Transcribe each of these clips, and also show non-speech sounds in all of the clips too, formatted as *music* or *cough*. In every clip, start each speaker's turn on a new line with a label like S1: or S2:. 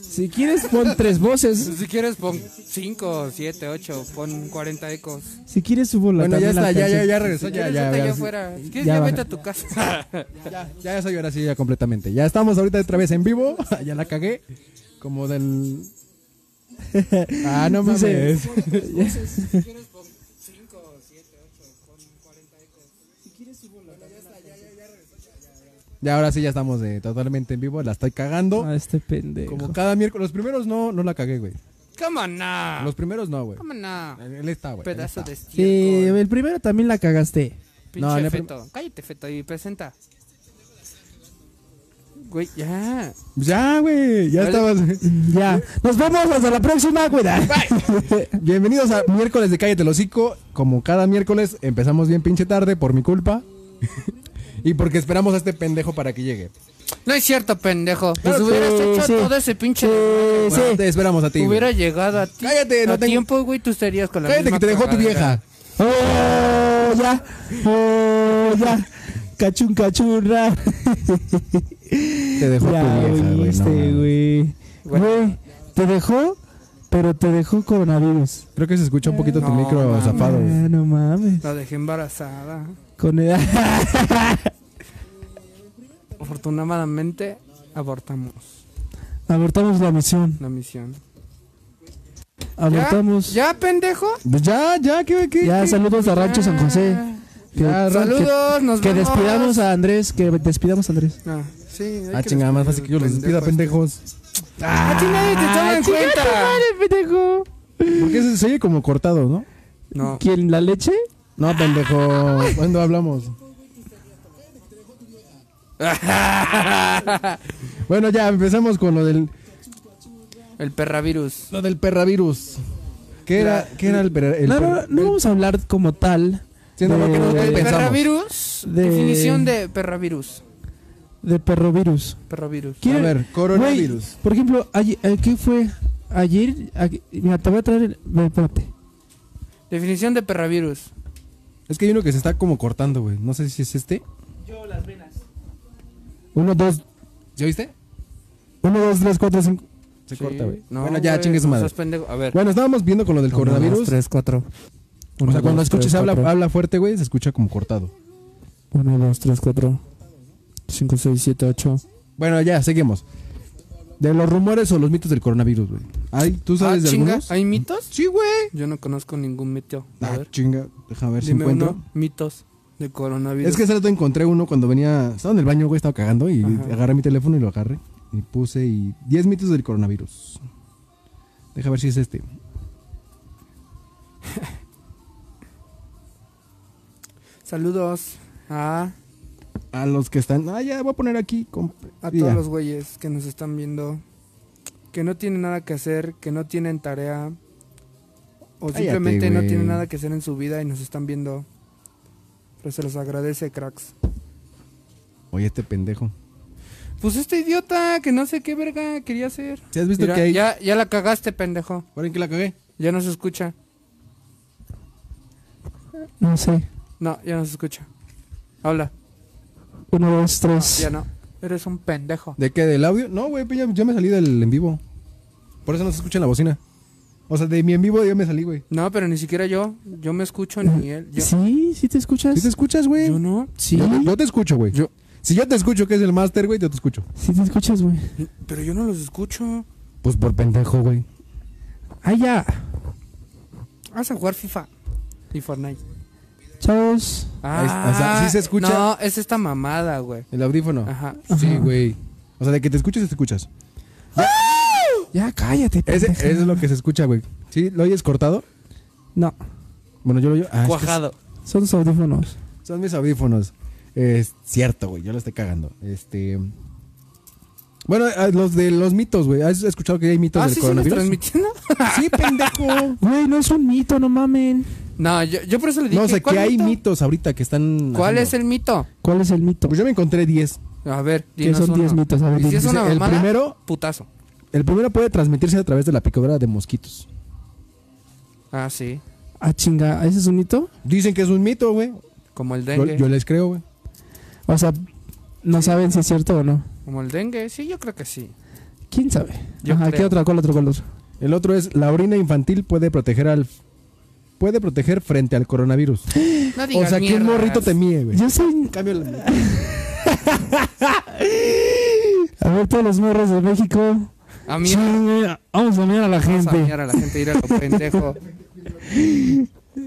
S1: Si quieres, pon tres voces.
S2: Pues Si quieres, pon 5, 7, 8, pon 40 ecos.
S1: Si quieres, subo la
S3: Bueno, ya
S1: también la
S3: está, ya, ya,
S1: canción.
S3: ya regresó, ya,
S2: ¿Quieres
S3: ya.
S2: vete allá
S3: ahora sí.
S2: afuera? Si ¿Quieres
S1: Ya
S2: ya,
S1: va.
S2: vete a tu
S3: *laughs*
S2: casa?
S3: Ya, ya, ya soy ahora sí, ya completamente. Ya estamos ahorita otra vez en vivo. *laughs* ya la cagué. Como del. Ah, *laughs* no mames.
S1: Dice-
S3: Ya ahora sí, ya estamos eh, totalmente en vivo. La estoy cagando.
S1: *laughs* Ah, este pendejo.
S3: Como cada miércoles. Los primeros no, no la cagué, güey.
S2: Come on now.
S3: Los primeros no, güey.
S2: Come on now.
S3: Él está, güey. él
S2: Ah. Pedazo
S3: está.
S2: de
S1: Sí,
S2: estiércol.
S1: el primero también la cagaste.
S2: Pinche
S3: no, en el prim-
S2: feto. Cállate, feto, y presenta. Güey, ya.
S3: Ya, güey. Ya
S2: Ahora-
S3: estabas. *laughs*
S1: Ya. Nos vemos hasta la próxima, güey.
S3: Bienvenidos a miércoles de Cállate el Hocico. Como cada miércoles, empezamos bien pinche tarde por mi culpa. *laughs* y porque esperamos a este pendejo para que llegue.
S2: No es cierto, pendejo. Pues
S1: Claro que
S2: hubieras hecho
S1: sí.
S2: todo ese pinche.
S1: Sí,
S3: Bueno,
S1: sí.
S3: Ah, Te esperamos a ti. güey.
S2: Hubiera llegado a ti.
S3: Cállate, Eh, no
S2: a
S3: tengo-
S2: tiempo, güey, tú estarías con la
S3: Cállate
S2: misma
S3: que te dejó tu
S2: cagadera.
S3: vieja.
S1: Oh, ya. Oh, ya. Cachun, cachurra.
S3: Te dejó
S1: Ya,
S3: tu vieja, güey. no
S1: oíste,
S3: mames.
S1: güey.
S2: Bueno.
S1: Güey, te dejó, pero te dejó coronavirus.
S3: Creo que se escucha un poquito tu
S2: No,
S3: micro
S2: mames.
S3: zafado. güey.
S1: Ah, no mames.
S2: La dejé embarazada.
S1: Con edad.
S2: Afortunadamente, abortamos
S1: *laughs* Abortamos la misión.
S2: la misión. ¿Ya?
S1: Abortamos.
S2: ¿Ya, pendejo?
S3: Pues ya, ya, ¿qué, qué,
S1: Ya,
S3: qué?
S1: saludos a Rancho San José. Que,
S3: Ya,
S1: que-
S2: Saludos, nos
S1: que
S2: vemos.
S1: despidamos a Andrés, que despidamos a Andrés.
S2: Ah, sí, hay
S3: Ah,
S2: que
S3: chingada, más fácil que yo los
S2: despedir
S3: despida, pues. Ah,
S2: al pendejo este. A
S3: pendejos.
S2: ti nadie
S1: Ah,
S2: te toma en cuenta.
S1: pendejo!
S3: Porque se, se oye como cortado, ¿no?
S2: No,
S1: ¿Quién, la leche?
S3: No, pendejo. ¿Cuándo hablamos? Bueno, ya empezamos con lo del
S2: *laughs* el perravirus.
S3: lo del perravirus. ¿Qué era, ¿qué era el perra- el
S1: no, no,
S3: perra-
S1: no vamos a hablar como tal
S3: Sí, no, porque no
S2: Eh, El
S3: pensamos.
S2: perravirus,
S1: De-
S2: definición de perravirus.
S1: de perrovirus.
S2: Perravirus.
S3: A
S1: ¿Quién-
S3: ver, coronavirus.
S1: Güey, por ejemplo, ayer, eh, ¿qué fue? Ayer, aquí- mira, te voy a traer el... ve, Espérate.
S2: Definición de perravirus.
S3: Es que hay uno que se está como cortando, güey. No sé si es este.
S1: Uno, dos,
S3: ¿Ya oíste?
S1: uno, dos, tres, cuatro, cinco...
S3: Se
S2: Sí.
S3: corta, güey.
S2: No,
S3: bueno, ya,
S2: güey,
S3: chingue su
S2: no
S3: madre.
S2: seas pendejo. A ver.
S3: Bueno, estábamos viendo con lo del coronavirus.
S1: cuatro.
S3: o sea, cuando escuches habla, habla fuerte, güey, se escucha como cortado.
S1: 1, 2, 3, 4, 5, 6, 7, 8.
S3: Bueno, ya, seguimos. De los rumores o los mitos del coronavirus, güey. Ay, ¿tú sabes
S2: Ah,
S3: de
S2: chinga,
S3: algunos?
S2: ¿Hay mitos?
S3: Sí, güey.
S2: Yo no conozco ningún mito. A
S3: Ah,
S2: ver,
S3: chinga. Deja ver si
S2: dime
S3: encuentro.
S2: uno. Mitos de coronavirus.
S3: Es que hace rato encontré uno cuando venía. Estaba en el baño, güey, estaba cagando y
S2: Ajá.
S3: agarré mi teléfono y lo agarré. Y puse y 10 mitos del coronavirus. Deja ver si es este.
S2: Saludos a,
S3: A los que están. Ah, ya, voy a poner aquí. comp-
S2: a
S3: y ya.
S2: todos los güeyes que nos están viendo. Que no tienen nada que hacer, que no tienen tarea. O
S3: Cállate,
S2: simplemente no
S3: güey.
S2: tienen nada que hacer en su vida y nos están viendo. Pero se los agradece, cracks.
S3: Oye, este pendejo.
S2: Pues este idiota que no sé qué verga quería hacer.
S3: ¿Sí has visto
S2: Mira,
S3: que hay.
S2: ya, ya la cagaste, pendejo.
S3: ¿Por en qué la cagué?
S2: Ya no se escucha.
S1: No sé.
S2: No, ya no se escucha. Habla.
S1: 1, 2, 3.
S2: Ya no. Eres un pendejo.
S3: ¿De qué? ¿Del audio? No, güey, pues ya, ya me salí del en vivo. Por eso no se escucha en la bocina. O sea, de mi en vivo yo me salí, güey.
S2: No, pero ni siquiera yo. Yo me escucho ni él. Yo,
S1: ¿Sí? ¿Sí te escuchas?
S3: ¿Sí te escuchas, güey?
S2: yo no.
S1: Sí,
S3: Yo, yo te escucho, güey.
S2: Yo-
S3: Si yo te escucho, que es el máster, güey, yo te escucho.
S1: sí te escuchas, güey.
S2: Pero yo no los escucho.
S3: Pues por pendejo, güey.
S1: Ah, ya.
S2: Vas a jugar FIFA. Y Fortnite.
S1: Chavos.
S3: Ahí está, o sea, ¿sí se escucha?
S2: Ah, No, es esta mamada, güey.
S3: El audífono.
S2: Ah. Ajá.
S3: Sí, güey. O sea, de que te escuches, te escuchas.
S1: Ya, cállate.
S3: Ese,
S1: pendeja.
S3: eso es lo que se escucha, güey. ¿Sí? ¿Lo oyes cortado?
S1: No,
S3: Bueno, yo lo oyo. Ah, es que
S2: Cuajado.
S1: son sus
S2: *laughs*
S1: audífonos.
S3: son mis audífonos. Es cierto, güey. Yo lo estoy cagando. Este. Bueno, eh, los de los mitos, güey. ¿Has escuchado que hay mitos
S2: ¿Ah,
S3: del
S2: sí se nos
S3: coronavirus?
S2: transmitiendo?
S3: Sí,
S2: Ah.
S3: pendejo.
S1: Güey, no es un mito, no mamen.
S2: No, yo, yo por eso le dije.
S3: No, o sea,
S2: ¿cuál
S3: que hay
S2: mito?
S3: mitos ahorita que están.
S2: ¿Cuál es
S3: haciendo.
S2: el mito?
S1: ¿Cuál es el mito?
S3: Pues yo me encontré 10.
S2: A ver,
S1: Que
S2: dinos
S1: son
S2: uno.
S1: 10 mitos. A ver,
S2: Y si es
S1: dice,
S2: una
S3: el
S2: mamada,
S3: primero-
S2: putazo.
S3: El primero puede transmitirse a través de la picadura de mosquitos.
S2: Ah, sí.
S1: Ah, chinga, ¿ese es un mito?
S3: Dicen que es un mito, güey.
S2: Como el
S3: Yo,
S2: dengue.
S3: yo les creo, güey.
S1: O sea, no saben si es cierto o no.
S2: Como el dengue, sí, yo creo que sí.
S1: ¿Quién sabe?
S2: Yo
S1: Ajá, ¿Qué
S2: creo.
S1: otra? ¿Cuál otro? ¿Cuál otro?
S3: El otro es la orina infantil puede proteger al puede proteger frente al coronavirus.
S2: No
S3: O
S2: digas
S3: sea, que un
S2: mierdas.
S3: morrito te mie, güey.
S1: Yo soy...
S3: Cambio la-
S1: A ver, todos los morros de México.
S2: A mí
S1: Chingue, Vamos a mirar a la
S2: Vamos a
S1: gente.
S2: bañar a la gente
S1: *laughs*
S2: ir a lo pendejo.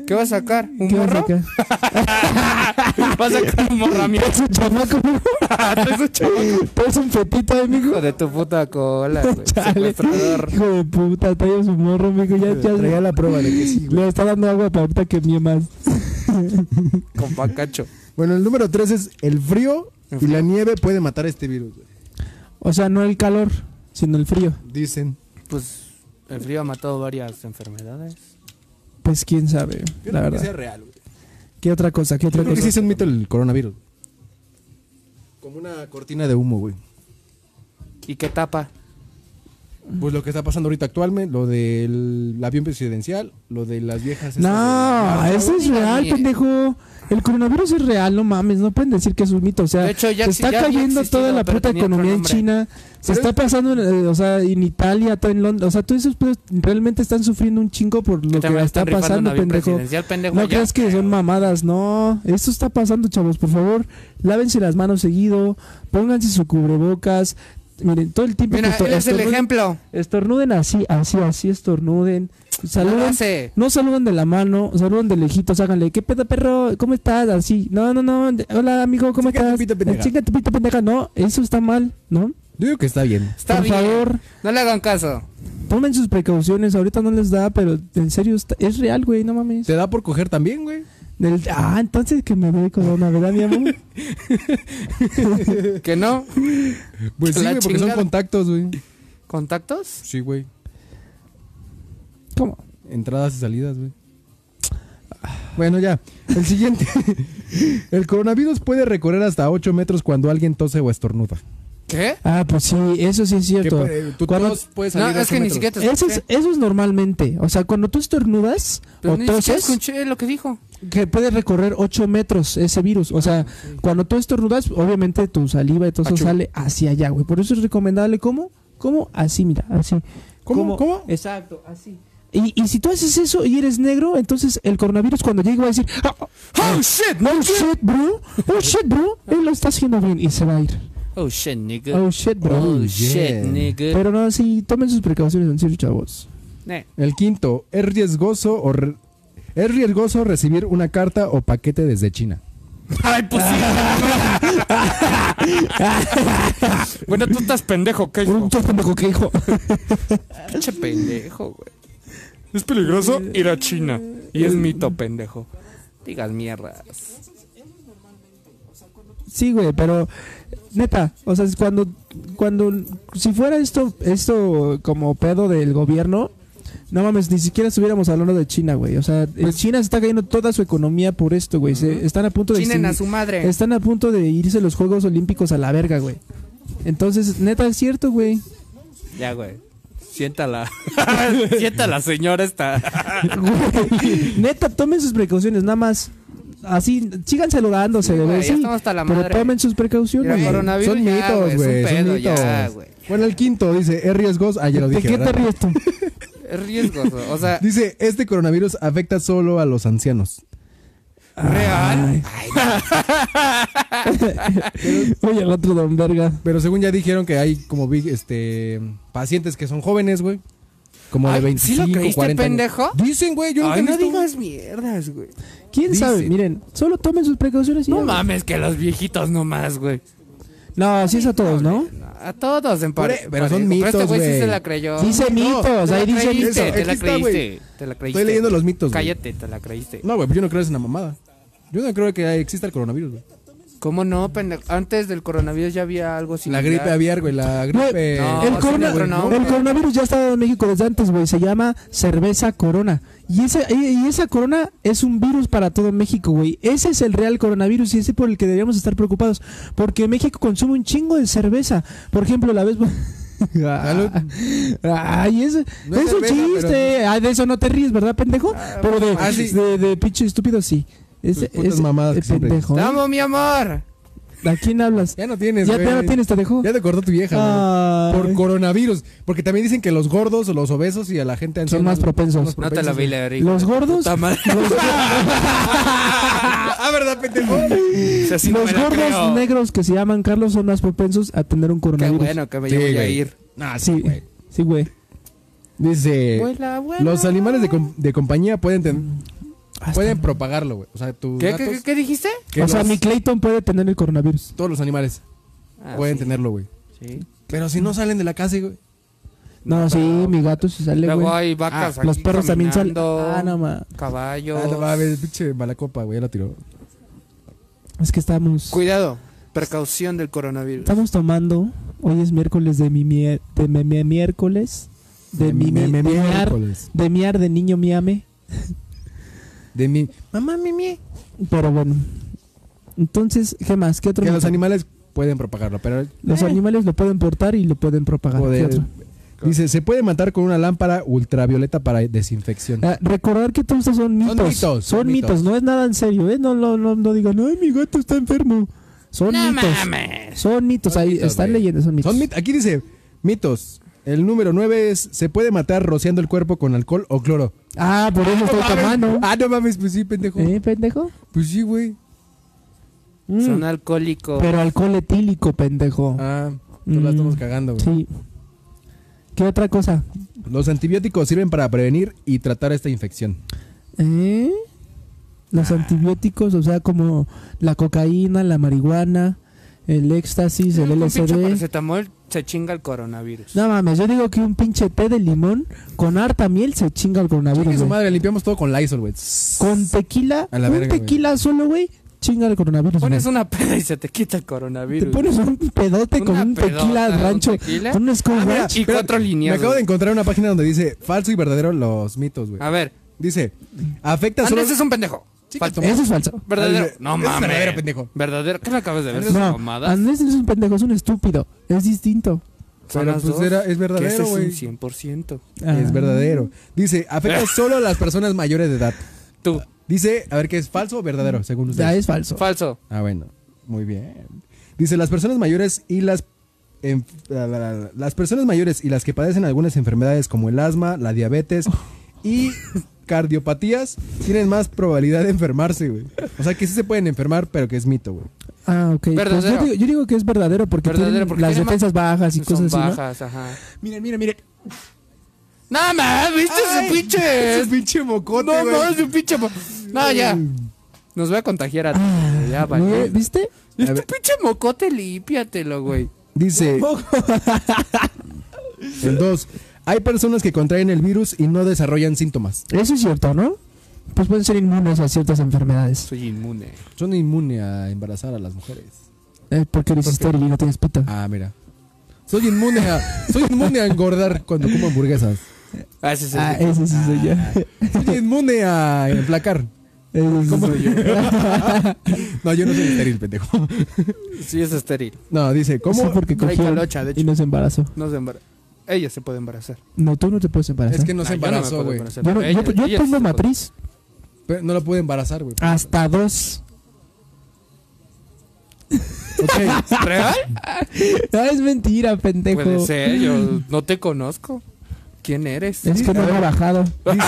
S2: ¿Qué vas a sacar? ¿Un
S1: ¿Qué vas a
S2: morro? *laughs*
S1: sacar?
S2: Vas a sacar
S1: *laughs*
S2: un morro, amigo. *laughs*
S1: Es un chamaco,
S2: Traes un chamaco.
S1: *laughs* es un fetito ahí, mijo.
S2: Hijo de tu puta cola, güey.
S1: Chale.
S2: Secuestrador.
S1: Hijo de puta, trae su morro, mijo. Ya, ya.
S3: Traía la prueba de que sí, güey.
S1: Le está dando agua para ahorita que mía más.
S2: Con pacacho.
S3: Bueno, el número tres es el frío
S2: El
S3: y
S2: frío.
S3: la nieve puede matar este virus, güey.
S1: O sea, no el calor, sino el frío.
S3: Dicen.
S2: Pues el frío ha matado varias enfermedades.
S1: Pues quién sabe,
S3: Yo
S1: la
S3: no creo que sea
S1: verdad.
S3: real, güey. Yo
S1: ¿Qué otra cosa? ¿Qué otra
S3: creo que
S1: cosa?
S3: sí es un mito el coronavirus. Como una cortina de humo, güey.
S2: ¿Y qué tapa?
S3: Pues lo que está pasando ahorita actualmente, lo del avión presidencial, lo de las viejas. estas de la
S1: No,
S3: marcha,
S1: eso es
S2: Digan
S1: real,
S2: bien.
S1: pendejo. El coronavirus es real, no mames, no pueden decir que es un mito. O sea,
S2: De hecho, ya
S1: se está
S2: ya había
S1: cayendo
S2: existido,
S1: toda la
S2: pero
S1: puta
S2: tenía otro
S1: economía en
S2: nombre.
S1: China. Se
S3: Pero
S1: está pasando, eh, o sea, en Italia, todo en Londres. O sea, todos esos pedos realmente están sufriendo un chingo por lo que
S2: También
S1: está
S2: están rifando un
S1: pasando,
S2: avión
S1: pendejo.
S2: presidencial, pendejo,
S1: No
S2: ya.
S1: creas que son mamadas, no. Esto está pasando, chavos. Por favor, lávense las manos seguido. Pónganse su cubrebocas. Miren, todo el tiempo
S2: Mira,
S1: esto-
S2: él es el
S1: estornuden-
S2: ejemplo.
S1: Estornuden así, así, así, estornuden.
S2: Lo
S1: Saluden.
S2: hace.
S1: No saludan de la mano, saludan de lejitos, háganle, ¿qué pedo, perro? ¿Cómo estás? Así, no, no, no, de- hola, amigo, ¿cómo
S3: Chica tu
S1: estás?
S3: pito pendeja.
S1: Chica tu pito pendeja, no, eso está mal, ¿no?
S3: Yo digo que está bien.
S2: Está
S1: Por
S2: bien.
S1: favor,
S2: No le hagan caso.
S1: tomen sus precauciones, ahorita no les da, pero en serio, está- es real, güey, no mames.
S3: Te da por coger también, güey.
S1: Del- ah, entonces que me dé corona, ¿verdad, mi
S3: *laughs*
S1: amor?
S2: ¿Que no?
S3: Pues sí,
S2: La
S3: güey, porque son
S2: chingada.
S3: contactos, güey.
S2: ¿Contactos?
S3: Sí, güey.
S1: ¿Cómo?
S3: Entradas y salidas, güey. Bueno, ya. El siguiente. *laughs* el coronavirus puede recorrer hasta 8 metros cuando alguien tose o estornuda.
S2: ¿Qué?
S1: Ah, pues sí, eso sí es
S3: Que
S1: cierto.
S3: puede- tu
S1: Cuando-
S3: tos puede
S2: No,
S3: salir
S2: es
S3: ocho
S2: que ni
S3: metros.
S2: siquiera te
S1: Eso es,
S2: escuché.
S1: eso es normalmente, o sea, cuando tú estornudas
S2: Pero
S1: o
S2: ni siquiera
S1: toses...
S2: escuché lo que dijo.
S1: que puede recorrer 8 metros ese virus. O sea, cuando tú estornudas, obviamente tu saliva y todo eso
S2: Achú.
S1: sale hacia allá, güey. Por eso es recomendable, ¿cómo? ¿Cómo? Así, mira, así.
S3: ¿Cómo? ¿Cómo?
S1: Exacto, así. Y, y si tú haces eso y eres negro, entonces el coronavirus cuando llegue va a decir, "Ah, ah,
S2: ¡Oh, shit!
S1: oh shit, bro, oh shit, bro, él lo está haciendo bien y se va a ir.
S2: Oh, shit, nigga.
S1: Oh shit, bro.
S2: Oh,
S3: yeah.
S2: shit, nigga.
S1: Pero no, sí, tomen sus precauciones en serio, chavos. *laughs*
S2: Eh,
S3: El quinto. Es riesgoso o re- Es riesgoso recibir una carta o paquete desde China.
S2: Ay, pues sí. bueno, tú estás pendejo, ¿qué
S1: Un pendejo que hijo.
S2: *laughs* Pinche pendejo, güey. Es peligroso ir a China. Y es mito, pendejo. Digas mierdas.
S1: Sí, güey, pero neta, o sea, es cuando cuando si fuera esto esto como pedo del gobierno, no mames, ni siquiera estuviéramos hablando de China, güey. O sea, en
S2: Pues,
S1: China se está cayendo toda su economía por esto, güey. Se- Están a punto de
S2: Chinen a
S1: extinguir-
S2: su madre.
S1: están a punto de irse los Juegos Olímpicos a la verga, güey. Entonces, neta es cierto,
S2: *laughs*
S1: güey.
S2: Ya, güey. Siéntala. *laughs* Siéntala, señora esta.
S1: Güey, neta, tomen sus precauciones, nada más. Así, síganselo dándose,
S2: Sí,
S1: güey.
S2: güey, ya
S1: sí,
S2: estamos hasta la
S1: pero
S2: madre.
S1: tomen sus precauciones.
S2: Mira,
S1: güey.
S2: corona- Coronavirus
S3: Son
S2: ya, güey,
S3: mitos,
S2: es un
S3: güey. Son
S2: pedo,
S3: mitos.
S2: ya, güey.
S3: bueno, el quinto dice, es riesgoso. Ah, ya lo
S1: ¿De
S3: dije.
S1: qué te
S3: ¿verdad?
S1: ríes tú?
S2: Es riesgoso. O sea,
S3: Dice, este coronavirus afecta solo a los ancianos.
S2: real.
S1: *laughs* Oye, el otro don verga.
S3: Pero según ya dijeron que hay como vi, este pacientes que son jóvenes, güey. Como de
S2: Ay,
S3: 25,
S2: ¿sí lo creíste,
S3: 40 años.
S2: pendejo?
S3: Dicen, güey, yo nunca
S2: Ay,
S3: he
S2: no
S3: visto,
S2: digas mierdas, güey.
S1: ¿Quién
S3: Dice.
S1: sabe? Miren, solo tomen sus precauciones y
S2: No
S1: ya, güey.
S2: mames que los viejitos nomás, güey.
S1: No, así es a todos, ¿no?
S2: A todos en
S3: Pero-
S2: par.
S3: pero son
S2: Pero este
S3: mitos,
S2: güey sí
S3: güey.
S2: se la creyó.
S1: Dice mitos,
S2: Te la
S1: ahí dice
S2: creíste,
S1: mitos.
S2: Te
S3: Aquí
S2: la
S3: está, güey.
S2: creíste. Te la creíste.
S3: Estoy leyendo los mitos, güey.
S2: Cállate, te la creíste.
S3: No, güey, yo no creo que es una mamada. Yo no creo que exista el coronavirus, güey.
S2: ¿Cómo no, pendejo? Antes del coronavirus ya había algo
S3: La
S2: similar.
S3: gripe aviar, güey, la gripe...
S2: No,
S1: el,
S2: sí,
S1: corona-
S2: no, no,
S1: el
S2: güey.
S1: coronavirus ya está en México desde antes, güey. Se llama cerveza corona. Y esa, y y esa corona es un virus para todo México, güey. Ese es el real coronavirus y ese por el que deberíamos estar preocupados. Porque México consume un chingo de cerveza. Por ejemplo, la *laughs* vez... Ah,
S3: Salud.
S1: Ay, es,
S3: No es
S1: es un
S3: cerveza,
S1: chiste. Ay, de eso no te ríes, ¿verdad, pendejo? pero de,
S3: ah, sí.
S1: de, de pinche estúpido, sí. Es,
S3: Tus putas
S1: es- ¿Eh?
S3: mamadas que
S1: pendejo.
S2: ¡Te amo, mi amor!
S1: ¿A quién hablas?
S3: Ya no tienes,
S1: Ya,
S3: güey.
S1: ya la tienes, te dejó.
S3: Ya te cortó tu vieja,
S1: Ay.
S3: güey. Por coronavirus. Porque también dicen que los gordos, los obesos y a la gente anciana...
S1: Son más propensos.
S3: son
S2: No
S3: más
S2: te la vi, Larry.
S1: *laughs* Los gordos.
S2: Puta madre. *laughs*
S3: ah, ¿verdad,
S1: *laughs*
S3: pendejo?
S2: O sea, sí no
S1: los
S2: me la
S1: gordos
S2: creo.
S1: negros que se llaman Carlos son más propensos a tener un
S2: Qué
S1: coronavirus.
S2: bueno que me ya
S3: Sí,
S2: voy a
S3: güey.
S2: ir.
S3: Ah, sí,
S1: Sí,
S3: güey.
S1: sí, güey.
S3: Dice...
S2: Vuela, vuela.
S3: Los animales de, com- de compañía pueden, ten-
S1: Ah,
S3: pueden
S1: está-
S3: propagarlo, güey. O sea, tus
S2: ¿Qué,
S3: gatos...
S2: qué, qué- qué dijiste?
S3: que
S1: o sea,
S3: los-
S1: mi Clayton puede tener el coronavirus.
S3: Todos los animales
S2: Ah,
S3: pueden
S2: sí,
S3: tenerlo, güey.
S2: sí.
S3: Pero si no salen de la casa, güey.
S1: No, sí, mi gato se sale,
S2: Luego
S1: güey. Ah,
S2: hay vacas
S1: Los
S2: aquí
S1: perros también salen.
S2: caminando,
S1: Ah, no, ma.
S2: Caballos.
S3: Ah, no mames, pinche mala copa, güey. Ya la tiró.
S1: Es que estamos.
S2: Cuidado. Precaución del coronavirus.
S1: Estamos tomando. Hoy es miércoles de mi mie- de me- me- miércoles. De mi
S3: me-
S1: mi-
S3: me-
S1: de miar-
S3: miércoles.
S1: de miar de niño miame.
S3: De mi... Mamá, mi, mi.
S1: Pero bueno. Entonces, ¿qué más? ¿Qué otro?
S3: Que los
S1: más?
S3: animales pueden propagarlo, pero...
S1: Los
S3: Eh.
S1: animales lo pueden portar y lo pueden propagar. ¿Qué
S3: Joder.
S1: otro?
S3: Dice, se puede matar con una lámpara ultravioleta para desinfección.
S1: Ah, recordar que todos estos son mitos. Son
S3: mitos,
S1: mitos.
S3: son mitos.
S1: No es nada en serio, ¿eh? No, no, no, no digan, ay, mi gato está enfermo. Son mitos. Son mitos.
S3: Son
S1: Ahí
S3: mitos,
S1: están
S3: güey.
S1: leyendo, son mitos.
S3: Son mit- Aquí dice, mitos. El número 9 es, se puede matar rociando el cuerpo con alcohol o cloro.
S1: Ah, por eso estoy tomando.
S3: Ah, no mames, pues sí, pendejo.
S1: ¿Eh, pendejo?
S3: Pues sí, güey.
S1: Mm.
S2: Son alcohólicos.
S1: Pero alcohol etílico, pendejo.
S3: Ah, no la
S1: Mm.
S3: estamos cagando, güey.
S1: sí. ¿Qué otra cosa?
S3: Los antibióticos sirven para prevenir y tratar esta infección.
S1: ¿Eh? Los
S3: Ah.
S1: antibióticos, o sea, como la cocaína, la marihuana, el éxtasis, el
S2: Un pinche
S1: LSD.
S2: paracetamol se chinga el coronavirus.
S1: No mames, yo digo que un pinche té de limón con harta miel se chinga el
S3: Chingue
S1: coronavirus.
S3: su
S1: güey.
S3: madre, limpiamos todo con Lysol, güey.
S1: Con tequila,
S3: A la verga,
S1: un
S3: güey.
S1: tequila solo, güey, chinga el coronavirus.
S2: Pones
S1: güey.
S2: una peda y se te quita el
S1: Te
S2: coronavirus.
S1: pones un pedote con
S2: Una
S1: un tequila
S2: pedota, un
S1: rancho,
S2: tequila.
S1: con un Skull
S3: Ah, mira,
S1: Ranch.
S2: Y
S3: espérate,
S2: cuatro
S3: Me
S2: líneas.
S3: acabo de encontrar una página donde dice falso y verdadero los mitos,
S1: Ah.
S3: güey.
S2: A ver,
S3: Dice, afecta solo...
S2: Andrés es un pendejo.
S3: Chica,
S2: Falso.
S3: toma.
S1: Eso es falso.
S2: Verdadero.
S3: Andrés-
S2: No
S3: ese es
S2: mames.
S3: verdadero, pendejo.
S2: Verdadero. ¿Qué le acabas de ver? Sus
S1: No,
S2: mamadas.
S1: Andrés es un pendejo, es un estúpido. Es distinto.
S2: Son
S3: Pero
S2: las
S3: pues
S2: dos.
S3: era- es verdadero,
S2: Que ese
S3: güey.
S2: Es un 100%.
S1: Ah.
S3: Es verdadero. Dice,
S1: *laughs*
S3: afecta solo a las personas mayores de edad.
S2: Tú,
S3: Dice, a ver, ¿qué es falso o verdadero, según
S1: Ya
S3: ustedes?
S1: es falso.
S2: falso.
S3: Ah, bueno. Muy bien. Dice, las personas mayores y las... en- la- la- la- las personas mayores y las que padecen algunas enfermedades como el asma, la *laughs* diabetes y cardiopatías tienen más probabilidad de enfermarse, güey. O sea, que sí se pueden enfermar, pero que es mito, güey.
S1: Ah, ok. Pues
S2: Verdadero.
S1: yo, digo, yo digo que es verdadero porque,
S2: Verdadero,
S1: tienen
S2: porque
S1: las
S2: tiene
S1: defensas bajas y
S2: Son
S1: cosas así. ¿no?
S2: bajas, ajá.
S3: Miren, miren, miren.
S2: No mames, ¿viste
S3: Ay,
S2: ese pinche?
S3: Ese pinche mocote,
S2: No
S3: güey.
S2: mames, un pinche. mo- No, ya. Nos va a contagiar a ti. güey,
S1: Mira,
S2: Ya, vale.
S1: Ah, ¿Viste?
S2: Y
S3: Ah, A
S2: Este
S3: ver.
S2: pinche mocote, límpiatelo, güey.
S3: Dice. *laughs* el 2. Hay personas que contraen el virus y no desarrollan síntomas.
S1: Eso es cierto, ¿no? Pues pueden ser inmunes a ciertas enfermedades.
S2: Soy inmune.
S3: Son inmune a embarazar a las mujeres.
S1: Eh, porque eres estéril y no tienes pito.
S3: Ah, mira. Soy inmune a, soy inmune a engordar cuando como hamburguesas.
S2: Ah, ese es el
S1: Ah,
S3: eh.
S2: rico.
S1: ese sí soy yo.
S3: Soy inmune a emplacar.
S1: Ese sí soy yo.
S3: *laughs* No, yo no soy estéril, pendejo.
S2: Sí, es estéril.
S3: No, dice,
S1: Eso
S3: ¿cómo?
S1: porque
S2: Trae
S1: cogió
S2: calocha, de hecho.
S1: y no se embarazó.
S2: No se embaraza. Ella se puede embarazar.
S1: No, tú no te puedes embarazar.
S3: Es que no
S2: Ah,
S3: se
S2: yo me
S3: embarazó,
S2: puedo
S3: güey.
S2: embarazar,
S1: Yo, no-
S2: pero
S1: yo,
S2: ella-
S1: yo
S2: ella sí
S1: tengo
S2: se puede.
S1: matriz
S3: Pero no la pude embarazar, güey.
S1: hasta dos. *laughs*
S3: Ok.
S2: ¿Real?
S1: Ah, es mentira, pendejo.
S2: Puede ser, yo no te conozco. ¿Quién eres?
S1: Es que no me ha bajado.
S3: *laughs* Dice,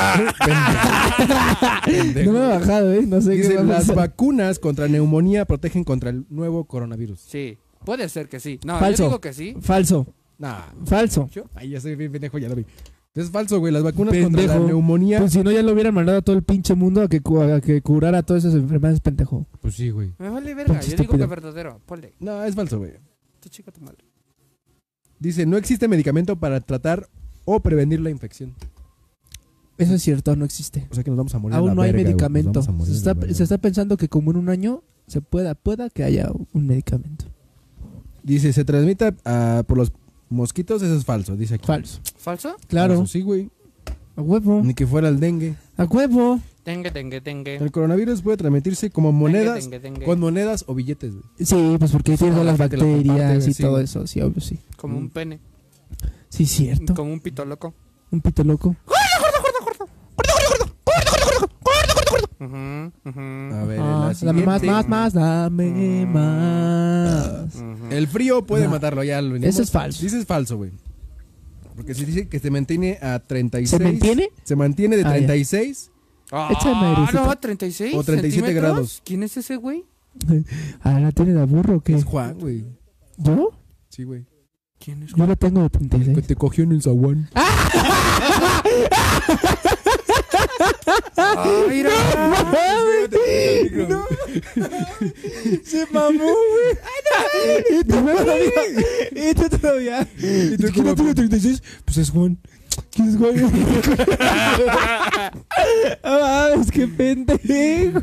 S1: No me ha bajado, ¿eh? No sé
S3: Dice,
S1: qué va a
S3: las
S1: pasar.
S3: vacunas contra neumonía protegen contra el nuevo coronavirus.
S2: Sí, puede ser que sí. No,
S1: Falso.
S2: yo digo que sí.
S1: Falso,
S3: Nah.
S1: falso.
S3: Ay, ya soy bien pendejo, ya lo vi. Es falso, güey. Las vacunas contra la
S1: Pendejo.
S3: neumonía.
S1: Pues si no, ya lo hubieran mandado a todo el pinche mundo a que, cu- a que curara todas esas enfermedades, pendejo.
S3: Pues sí, güey.
S2: Me vale verga,
S1: Pinche
S2: yo digo que
S1: estúpido.
S2: es verdadero. Ponle,
S3: No, es falso, güey.
S2: tu chica tu madre.
S3: Dice, no existe medicamento para tratar o prevenir la infección.
S1: Eso es cierto, no existe.
S3: O sea que nos vamos a morir. a la
S1: Aún no hay
S3: verga, güey. Nos
S1: medicamento.
S3: vamos a morir
S1: Se
S3: a la
S1: está,
S3: verga.
S1: se está pensando que como en un año se pueda, pueda que haya un medicamento.
S3: Dice, se transmite ah, por los mosquitos. Eso es falso, dice aquí.
S1: Falso.
S2: ¿Falso?
S1: Claro.
S3: Falso, sí, güey.
S1: A huevo.
S3: Ni que fuera el dengue.
S1: A huevo.
S2: Tengue, tengue, tengue.
S3: El coronavirus puede transmitirse como monedas,
S2: Tengue, tengue, tengue.
S3: con monedas o billetes, güey.
S1: Sí, pues porque tiene todas las
S3: la gente lo
S1: bacterias
S3: comparte,
S1: y
S3: sí.
S1: todo eso. Sí, obvio, sí.
S2: Como un pene,
S1: Sí, cierto.
S2: como un pito loco.
S1: Un pito loco.
S2: Ujú, ujú.
S3: A ver,
S1: Ah,
S3: la
S1: dame más,
S3: siguiente.
S1: más, más, dame más.
S3: El frío puede
S1: No.
S3: matarlo, ya lo
S1: Eso es falso.
S3: Dices falso, güey. Porque si dice que se mantiene a 36.
S1: ¿Se mantiene?
S3: Se mantiene de
S1: Ah, ya.
S3: 36.
S2: Ah,
S1: Échame, Ericito.
S2: no, 36
S3: O 37
S2: centímetros.
S3: grados.
S2: ¿Quién es ese güey?
S1: Ah, ¿la tiene de burro o qué?
S3: Es Juan, güey.
S1: ¿Yo?
S3: Sí, güey.
S2: ¿Quién es?
S1: Yo la tengo de
S3: El que *laughs*
S1: 36.
S3: te cogió en el zaguán.
S2: Ah, mira.
S1: *laughs*
S3: No.
S1: Se mamó, güey. Y tú todavía. Y tú todavía. ¿Y
S3: tú
S1: tú
S3: como-
S1: no tiene 36? Pues es Juan. ¿Quién es Juan? *laughs* Ah, mames, qué pendejo.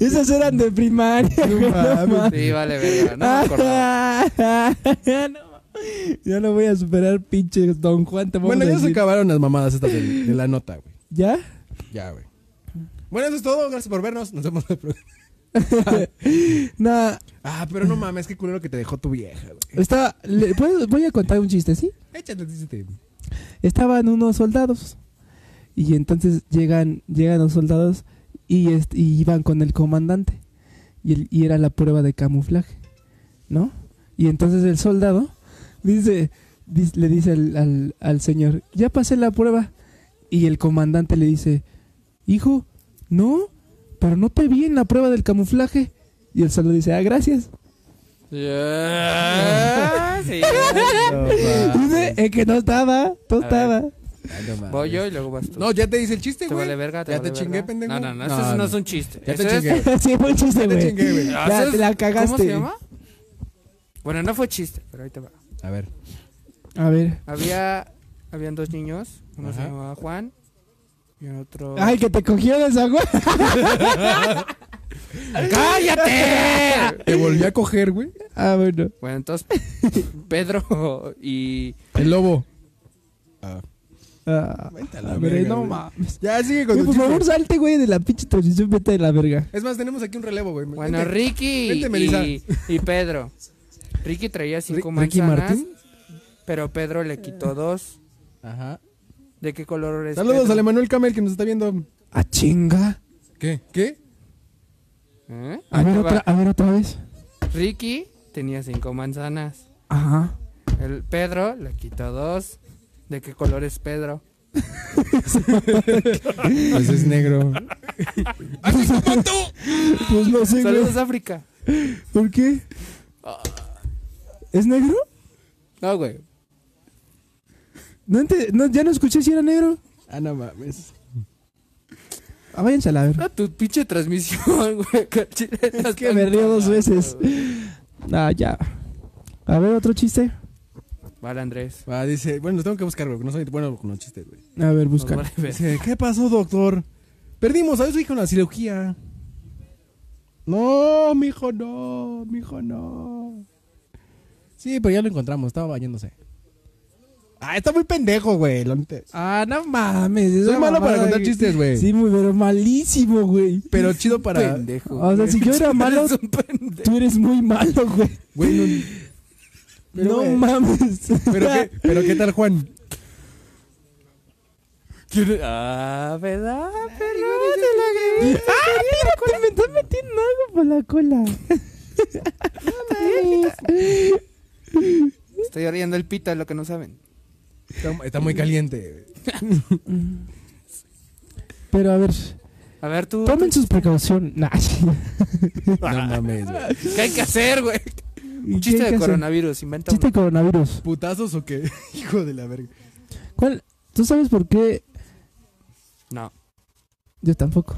S1: Esas eran de primaria. güey,
S3: mames.
S1: mames.
S2: Sí, vale, verga. No me acordaba.
S1: ya, *laughs* no, ya no voy a superar, pinche Don Juan. Te vamos
S3: Bueno,
S1: a
S3: ya se
S1: decir.
S3: acabaron las mamadas estas de, de la nota, güey.
S1: ¿Ya? *laughs*
S3: Ya, güey. Bueno, eso es todo. Gracias por vernos. Nos vemos la próxima.
S1: Nah,
S3: Ah, pero no mames, qué culero que te dejó tu vieja, güey.
S1: estaba. le- ¿puedo- voy a contar un chiste, ¿sí?
S3: Échate, este. dícete.
S1: Estaban unos soldados. Y entonces llegan, llegan los soldados y, est- y iban con el comandante. Y, el- y era la prueba de camuflaje, ¿no? Y entonces el soldado dice, dis- le dice al, al- al señor, ya pasé la prueba. Y el comandante le dice, hijo, no, pero no te vi en la prueba del camuflaje. Y el soldado dice, ah, gracias.
S2: Ya, sí.
S3: No, mames.
S1: Dice, es que no estaba, no
S2: ver.
S1: estaba.
S3: Ah, no mames.
S2: Voy yo y luego vas tú.
S3: No, ya te hice el chiste,
S2: te
S3: güey.
S2: vale verga, te
S3: ya
S2: vale
S3: te chingué,
S2: verga.
S3: pendejo.
S2: No, no, no, eso no, es un chiste.
S3: Ya te
S2: Eso es-
S3: chingué.
S1: *laughs* sí, fue un chiste,
S3: Ya te
S1: güey.
S3: chingué, güey.
S2: Ah,
S1: La-
S2: eso es-
S1: la cagaste.
S2: ¿Cómo se llama? Bueno, no fue chiste, pero ahí te va.
S3: A ver.
S1: A ver.
S2: Había, habían dos niños, uno se
S3: Ajá.
S2: llamaba Juan y el otro...
S1: Ay, que te cogió de esa güey.
S2: ¡Cállate!
S3: Te volví a coger, güey.
S1: Ah, bueno.
S2: bueno, entonces *laughs* Pedro y...
S3: El lobo.
S1: Ah,
S3: Vete a la
S1: la verga,
S3: verga,
S1: no
S3: güey.
S1: mames.
S3: Ya sigue con
S1: Güey,
S3: tu
S1: por
S3: chiste.
S1: favor, salte, güey, de la pinche transmisión, vete de la verga.
S3: Es más, tenemos aquí un relevo, güey.
S2: Bueno,
S3: Vente.
S2: Ricky
S3: Vente, Melissa.
S2: y, y Pedro. Ricky traía cinco
S3: Ri- ¿Ricky
S2: manzanas,
S3: Martín?
S2: pero Pedro le quitó dos.
S3: Ajá.
S2: ¿De qué color es?
S3: Saludos a
S2: Pedro?
S3: Emanuel Camel que nos está viendo.
S1: Ah, chinga.
S3: ¿Qué? ¿Qué?
S2: ¿Eh?
S1: A
S2: Ahí
S1: ver,
S2: te va.
S1: otra, a ver otra vez.
S2: Ricky tenía cinco manzanas.
S1: Ajá.
S2: El Pedro le quitó dos. ¿De qué color es Pedro?
S3: Pues es negro.
S1: Pues no sé, güey.
S2: Saludos, África.
S1: ¿Por qué? ¿Es negro?
S2: No, güey.
S1: No ente- no, ya no escuché si era negro.
S3: Ah, no mames.
S1: Ah, váyanse a la verga.
S2: No, tu pinche transmisión, *laughs* güey. Es
S1: Que me río dos veces. Ah, ya. A ver, otro chiste.
S2: Vale, Andrés.
S3: Ah, dice, bueno, los tengo que buscar, güey. porque No soy bueno con los chistes, güey.
S1: A ver,
S2: Nos
S1: busca.
S2: vale ver.
S3: Dice, ¿qué pasó, doctor? Perdimos a su hijo en la cirugía. No, mijo, no, mijo, no. Sí, pero ya lo encontramos, estaba bañándose. Ah, está muy pendejo, güey. la neta.
S1: Ah, no mames. esa
S3: Soy malo para
S1: mamada,
S3: contar
S1: güey.
S3: chistes, güey.
S1: Sí, muy, pero malísimo, güey.
S3: *laughs* Pero chido para.
S2: Pendejo.
S1: O sea, si yo era malo,
S2: *laughs* Eres un pendejo.
S1: tú eres muy malo, güey.
S3: *laughs* Güey, no- Pero,
S1: no
S3: güey,
S1: mames.
S3: pero, qué, pero qué tal, Juan.
S2: ¿Quién- Ah, ¿verdad? Perdón, de la que-
S1: ¡Ah, mira, me estás metiendo algo por la *laughs* cola!
S2: Estoy riendo el pito, es lo que no saben.
S3: Está, está muy caliente. *laughs*
S1: Pero a ver,
S2: A ver, tú.
S1: tomen sus precauciones. Nah, *laughs* sí.
S3: No mames, güey.
S2: ¿Qué hay que hacer, güey?
S1: ¿Y
S2: Un
S1: qué hay
S2: chiste
S1: que
S2: de
S1: hacer?
S2: coronavirus. Inventa
S1: Chiste
S2: uno.
S1: de coronavirus.
S3: ¿Putazos o qué? *laughs* Hijo de la verga.
S1: ¿Cuál? ¿Tú sabes por qué?
S2: No,
S1: Yo tampoco.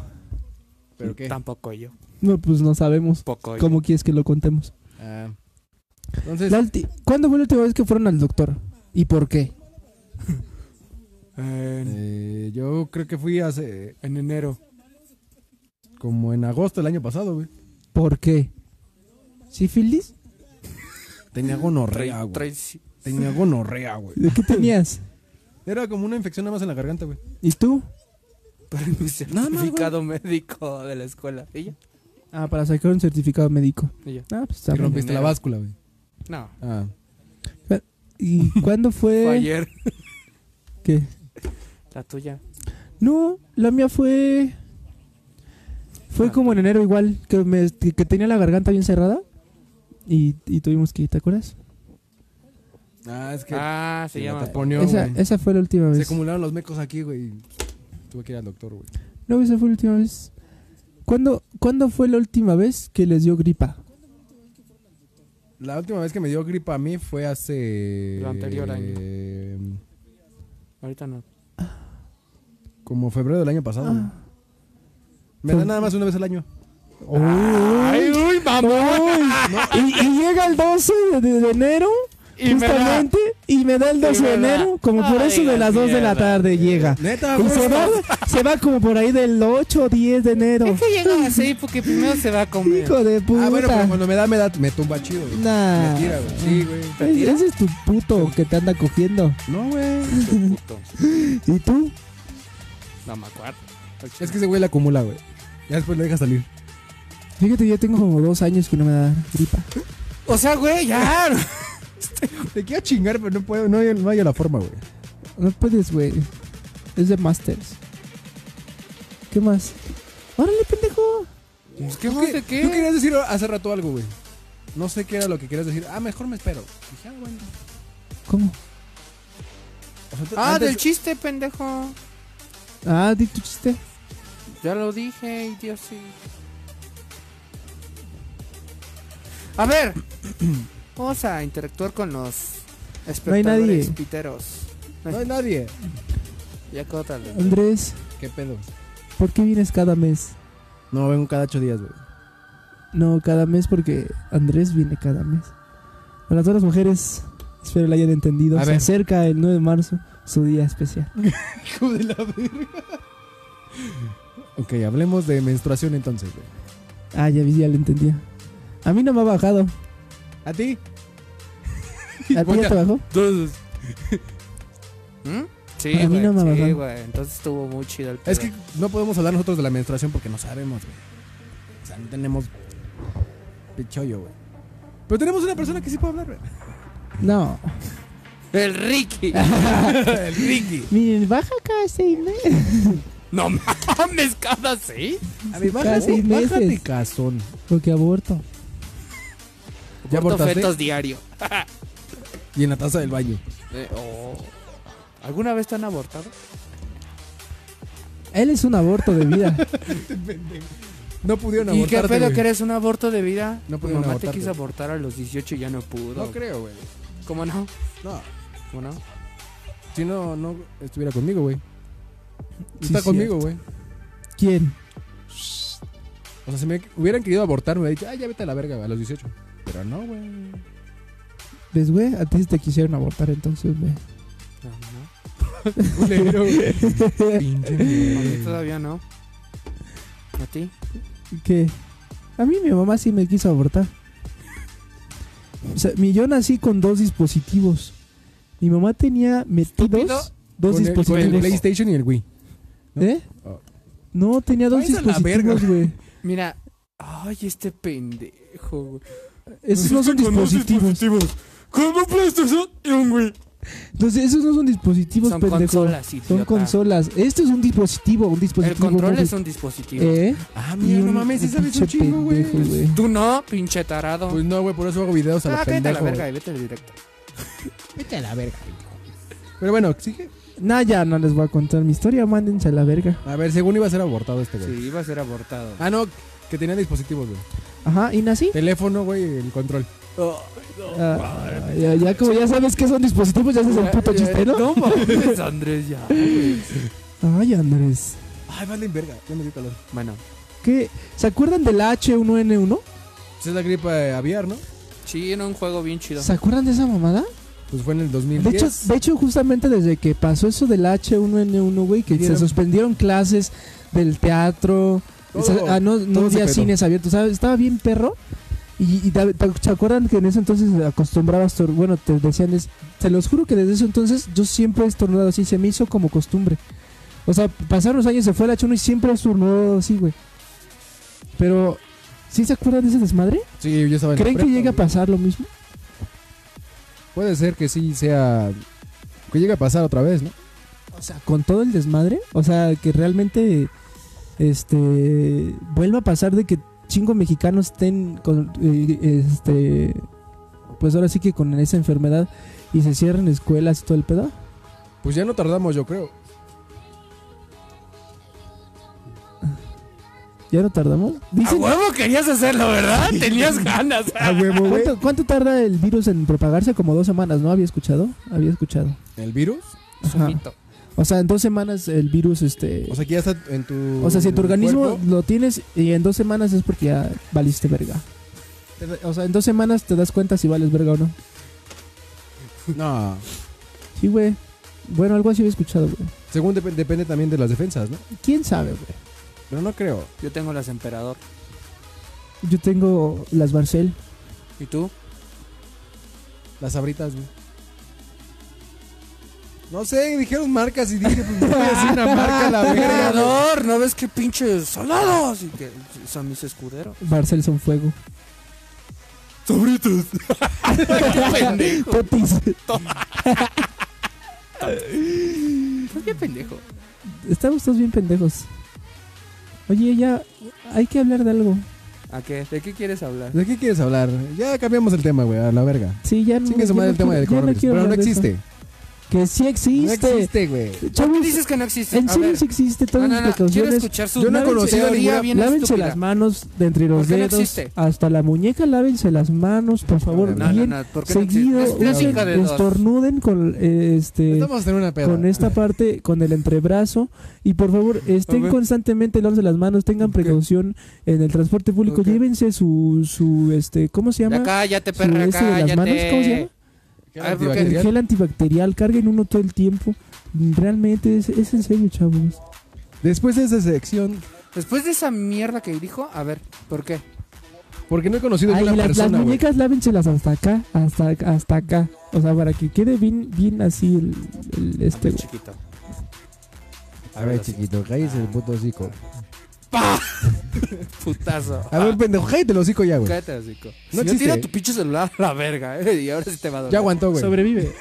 S3: ¿Pero qué?
S2: tampoco yo.
S1: No, pues no sabemos.
S2: Poco yo.
S1: ¿Cómo quieres que lo contemos?
S3: Ah. Entonces,
S1: La ulti- ¿Cuándo fue la última vez que fueron al doctor? ¿Y por qué?
S2: En,
S3: eh, yo creo que fui hace
S2: en enero.
S3: como en agosto del año pasado, güey.
S1: ¿Por qué? ¿Sífilis?
S3: Tenía gonorrea, güey.
S2: Tracy.
S3: Tenía gonorrea, güey.
S1: ¿De qué tenías?
S3: Era como una infección nada más en la garganta, güey.
S1: ¿Y tú?
S2: Para mi
S1: Nada más,
S2: certificado médico de la escuela. ¿Ella?
S1: Ah, para sacar un certificado médico.
S2: ¿Ella?
S1: Ah, pues está
S3: Te
S1: bien.
S3: rompiste la báscula, güey.
S2: No.
S3: Ah.
S1: ¿Y
S2: *laughs*
S1: cuándo
S2: Fue
S1: fue?
S2: ayer.
S1: ¿Qué?
S2: Eh. La tuya.
S1: No, la mía fue
S2: Ah,
S1: Fue como en enero igual, que, me- que- que tenía la garganta bien cerrada y, y tuvimos que ir, ¿te acuerdas?
S3: Ah, es que
S2: Ah, se
S3: me
S2: llama.
S3: taponeó,
S1: Esa,
S3: güey.
S1: esa fue la última
S3: Se
S1: vez.
S3: acumularon los mecos aquí, güey. Tuve que ir al doctor, güey.
S1: No, esa fue la última vez. ¿Cuándo, ¿Cuándo fue la última vez que les dio gripa?
S3: La última vez que me dio gripa a mí fue hace...
S2: Lo anterior año.
S3: eh,
S2: Ahorita no.
S3: Como febrero del año
S1: Ah.
S3: pasado. güey. Me da nada más una vez al año.
S1: Ah.
S2: ¡Ay, uy, mamón!
S1: Y, y llega el 12 de, de- de enero,
S2: Y me da.
S1: justamente, y me da el 12 de
S2: me da.
S1: enero, como por
S2: Ay,
S1: eso de
S2: la
S1: las 2 de la
S2: mierda.
S1: tarde llega.
S3: Neta,
S1: Y se va, se va como por ahí del 8 o 10 de enero.
S2: Es que llega así porque primero se va a comer.
S1: Hijo de puta.
S3: Ah, bueno, pero cuando me da, me da, me tumba chido, güey.
S1: Nah.
S3: Me tira, güey. Sí, güey.
S1: Ese ese es tu puto que te anda cogiendo.
S3: No, güey.
S2: Puto.
S1: ¿Y tú?
S2: No me acuerdo.
S3: Es que ese güey la acumula, güey. Ya después lo deja salir.
S1: Fíjate, yo tengo como dos años que no me da gripa.
S2: O sea, güey, ya.
S3: *laughs* Te quiero chingar, pero no puedo, no, hay- no hay la forma, güey.
S1: No puedes, güey. Es de Masters. ¿Qué más? ¡Órale, pendejo!
S2: Pues, ¿Qué
S3: ¿Tú
S2: más
S3: qué-
S2: de
S3: Tú
S2: qué?
S3: querías decir hace rato algo, güey. No sé qué era lo que querías decir. Ah, mejor me espero. Dije, ah, bueno.
S1: ¿Cómo?
S3: O sea, tú-
S2: Ah,
S3: antes-
S2: del chiste, pendejo.
S1: Ah, di tu chiste.
S2: Ya lo dije, y Dios sí. A ver, vamos a interactuar con los espectadores
S1: No hay nadie.
S2: piteros.
S3: No hay nadie.
S2: Ya cótale.
S1: Andrés,
S3: ¿Qué pedo?
S1: ¿por qué vienes cada mes?
S3: No, vengo cada ocho días, güey.
S1: No, cada mes porque Andrés viene cada mes. A las otras mujeres, espero la hayan entendido.
S3: A
S1: Se
S3: ver.
S1: acerca el 9 de marzo, su día especial.
S3: Hijo de la verga. Ok, hablemos de menstruación entonces, güey.
S1: Ah, ya vi, ya lo entendía. A mí no me ha
S3: *laughs*
S1: bajado.
S3: ¿A ti?
S1: ¿A ti ya te bajó?
S2: ¿Mm? Sí,
S1: A mí
S2: güey.
S1: no me
S2: sí,
S1: bajó.
S2: güey. Entonces estuvo muy chido el pedo.
S3: Es que no podemos hablar nosotros de la menstruación porque no sabemos, güey. O sea, no tenemos pichollo, güey. Pero tenemos una persona que sí puede hablar, güey.
S1: No.
S2: El *laughs* Ricky.
S3: El Ricky.
S1: Miren, baja cada seis meses.
S2: no mames, cada Ah, sí.
S3: A ver, bájate,
S1: Casi meses.
S3: bájate cazón.
S1: *laughs* Porque aborto.
S3: ¿Ya
S2: Porto
S3: abortaste?
S2: fetos diario.
S3: Y en la taza del baño.
S2: Eh, oh. ¿Alguna vez te han abortado?
S1: Él es un aborto de vida.
S3: No pudieron
S2: ¿Y qué
S3: abortarte,
S2: pedo
S3: güey.
S2: que eres un aborto de vida?
S3: No
S2: No
S3: pudieron
S2: mamá
S3: abortarte.
S2: te quiso abortar a los 18 y ya no pudo.
S3: No creo, güey.
S2: ¿Cómo no?
S3: No.
S2: ¿Cómo no?
S3: Si no, no estuviera conmigo, güey.
S1: Sí,
S3: *laughs* Está
S1: cierto.
S3: conmigo, güey.
S1: ¿Quién?
S3: O sea, si me hubieran querido abortar, me hubiera dicho, ah, ya vete a la verga, güey, a los 18. Pero no, güey.
S1: ¿Ves, Pues, güey? A ti sí te quisieron abortar entonces, güey.
S2: No, no.
S3: Culero, güey. *laughs* Pinche
S2: A mí
S3: mierda.
S2: todavía no. ¿A ti?
S1: ¿Qué? A mí mi mamá sí me quiso abortar. O sea, mi yo nací con dos dispositivos. Mi mamá tenía
S2: Estúpido.
S1: metidos dos
S3: Con el- Con el
S1: dispositivos.
S3: PlayStation y el Wii. ¿no?
S1: ¿Eh?
S3: Oh.
S1: No, tenía dos
S3: Váyanse a la
S1: dispositivos,
S3: verga.
S1: güey.
S2: Mira. Ay, este pendejo, güey.
S1: Esos no son dispositivos.
S2: Con un PlayStation y un Wii.
S1: Entonces, esos no son dispositivos,
S2: Son
S1: pendejo.
S2: consolas, idiota.
S1: Son consolas. Esto es un dispositivo, un
S2: El
S1: dispositivo.
S2: control
S1: móvil.
S2: es un dispositivo.
S1: ¿Eh?
S3: Ah, mira, no mames, sí sabes un
S1: pinche
S3: chingo, güey.
S1: pendejo, güey.
S2: Tú no, pinche tarado.
S3: Pues no, güey, por eso hago videos a
S2: ah,
S3: la
S2: cállate a
S3: pendejo.
S2: la verga y vete al directo.
S3: Vete a la verga, pendejo. Pero bueno, exige.
S1: Nah, ya no les voy a contar mi historia. Mándense a la verga.
S3: A ver, según iba a ser abortado este
S2: Sí,
S3: güey.
S2: iba a ser abortado.
S3: Ah, no, que tenía dispositivos, güey.
S1: Ajá, y nací.
S3: Teléfono, güey, el control.
S1: Ah, ya, ya como ya sabes que son dispositivos, ya haces el puto chiste, ¿no?
S2: No *laughs* mames, Andrés, ya.
S1: Ay, Andrés.
S3: Ay, vale en verga. Ya me dio calor.
S2: Bueno,
S1: ¿Qué? ¿Se acuerdan de la H1N1?
S3: Pues es la gripa eh, aviar, ¿no?
S2: sí, era un juego bien chido.
S1: ¿Se acuerdan de esa mamada?
S3: Pues fue en el
S1: De
S3: 2010.
S1: hecho, de hecho, justamente desde que pasó eso del H1N1, güey, que se
S3: Dieron-
S1: suspendieron clases del teatro,
S3: Todo,
S1: se- ah, no, no
S3: todo se
S1: había
S3: peló.
S1: cines abiertos, ¿sabes? Estaba bien perro. Y, y te- te- se acuerdan que en ese entonces acostumbrabas, tor- bueno, te decían, es, te los juro que desde ese entonces yo siempre he estornudado así, se me hizo como costumbre. O sea, pasaron los años, se fue el H1 y siempre he estornudado así, güey. Pero, ¿sí se acuerdan de ese desmadre?
S3: Sí, yo estaba en la
S1: ¿Creen que
S3: prepa,
S1: llegue a
S3: güey.
S1: pasar lo mismo?
S3: Puede ser que sí sea. Que llegue a pasar otra vez, ¿no?
S1: O sea, con todo el desmadre, o sea, que realmente este vuelva a pasar de que cinco mexicanos estén con eh, este pues ahora sí que con esa enfermedad y se cierren escuelas y todo el pedo.
S3: Pues ya no tardamos, yo creo.
S1: ¿Ya no tardamos?
S2: A
S3: Ah,
S1: Dicen,
S2: huevo querías hacerlo, ¿verdad? Tenías ganas.
S3: *laughs* A huevo, güey.
S1: ¿cuánto, cuánto tarda el virus en propagarse? Como dos semanas, ¿no? Había escuchado, había escuchado.
S3: ¿El virus?
S2: Es un
S1: Ajá.
S2: mito.
S1: O sea, en dos semanas el virus, este...
S3: O sea, que ya está en tu.
S1: O sea, si en tu organismo
S3: cuerpo.
S1: lo tienes y en dos semanas es porque ya valiste verga. Te da- O sea, en dos semanas te das cuenta si vales verga o no.
S3: No.
S1: Sí, güey. Bueno, algo así había escuchado, güey.
S3: Según dep- depende también de las defensas, ¿no?
S1: ¿Quién sabe, güey?
S3: Pero no creo.
S2: Yo tengo las emperador.
S1: Yo tengo las Barcel.
S2: ¿Y tú?
S3: Las abritas, güey. No sé, dijeron marcas y dije, pues no voy a decir una marca
S1: *laughs*
S3: a la verga. ¿no?
S2: Emperador, ¿no ves qué pinches soldados? Y que son mis escuderos. *laughs*
S1: Barcel son fuego. *laughs*
S2: Sobritos. *laughs* pendejo.
S1: Potis.
S2: ¿Por qué pendejo?
S1: Estamos todos bien pendejos. Oye, ya hay que hablar de algo.
S2: ¿A qué? ¿De qué quieres hablar?
S3: ¿De qué quieres hablar? Ya cambiamos el tema, güey, a la verga.
S1: Sí, ya no.
S3: Chingue su
S1: ya
S3: madre
S1: no
S3: el
S1: quiero-
S3: tema del
S1: ya no
S3: coronavirus.
S1: quiero
S3: pero no
S1: hablar de eso.
S3: existe.
S1: Que sí
S3: No
S1: existe.
S3: existe, güey.
S1: Chavos,
S2: Dices que no existe.
S1: en
S2: A
S1: serio
S2: ver.
S1: sí existe.
S2: No,
S1: Todas
S2: no,
S1: las
S2: no. Quiero
S1: precauciones.
S2: escuchar su
S3: Yo no he conocido
S2: teoría
S3: ninguna-
S2: bien
S1: lávense
S2: estúpida.
S1: las manos de entre
S2: ¿Por
S1: los
S2: qué no
S1: dedos
S2: existe?
S1: hasta la muñeca lávense las manos por favor
S2: No, no,
S1: bien
S2: no. ¿Por qué no existe?
S1: seguido
S2: Es plática
S1: usen-
S2: de dos.
S1: estornuden con eh, este
S3: Estamos en una peda.
S1: con esta parte con el entrebrazo y por favor
S2: A
S1: estén
S2: ver.
S1: constantemente lavándose las manos tengan
S2: Ok.
S1: precaución en el transporte público
S2: Ok.
S1: llévense su su este cómo se
S2: Ya
S1: llama
S2: cállate,
S1: Su
S2: perra,
S1: ese de las manos, ¿cómo se llama?
S2: cállate.
S3: ¿Qué
S2: Ay,
S1: el
S2: ¿por qué?
S3: antibacterial?
S1: gel antibacterial carguen uno todo el tiempo realmente es, es en serio chavos
S3: Después de esa sección,
S2: Después de esa mierda que dijo, a ver, ¿por qué?
S3: porque no he conocido
S1: Ay,
S3: a
S1: y
S3: ninguna
S1: las, las
S3: persona, güey.
S1: muñecas lávenselas hasta acá, hasta, hasta acá. O sea, para que quede bien, bien así el, el este. güey.
S2: chiquito.
S3: A ver, chiquito, cállese el puto hocico.
S2: ¡Pah! Putazo.
S3: A ver, pendejo, cállate el hocico ya, güey.
S2: Cállate, hocico.
S3: No
S2: No si
S3: existe.
S2: yo tiro tu pinche celular a la verga, ¿eh? Y ahora sí te va a doler.
S3: Ya aguantó, güey.
S1: Sobrevive.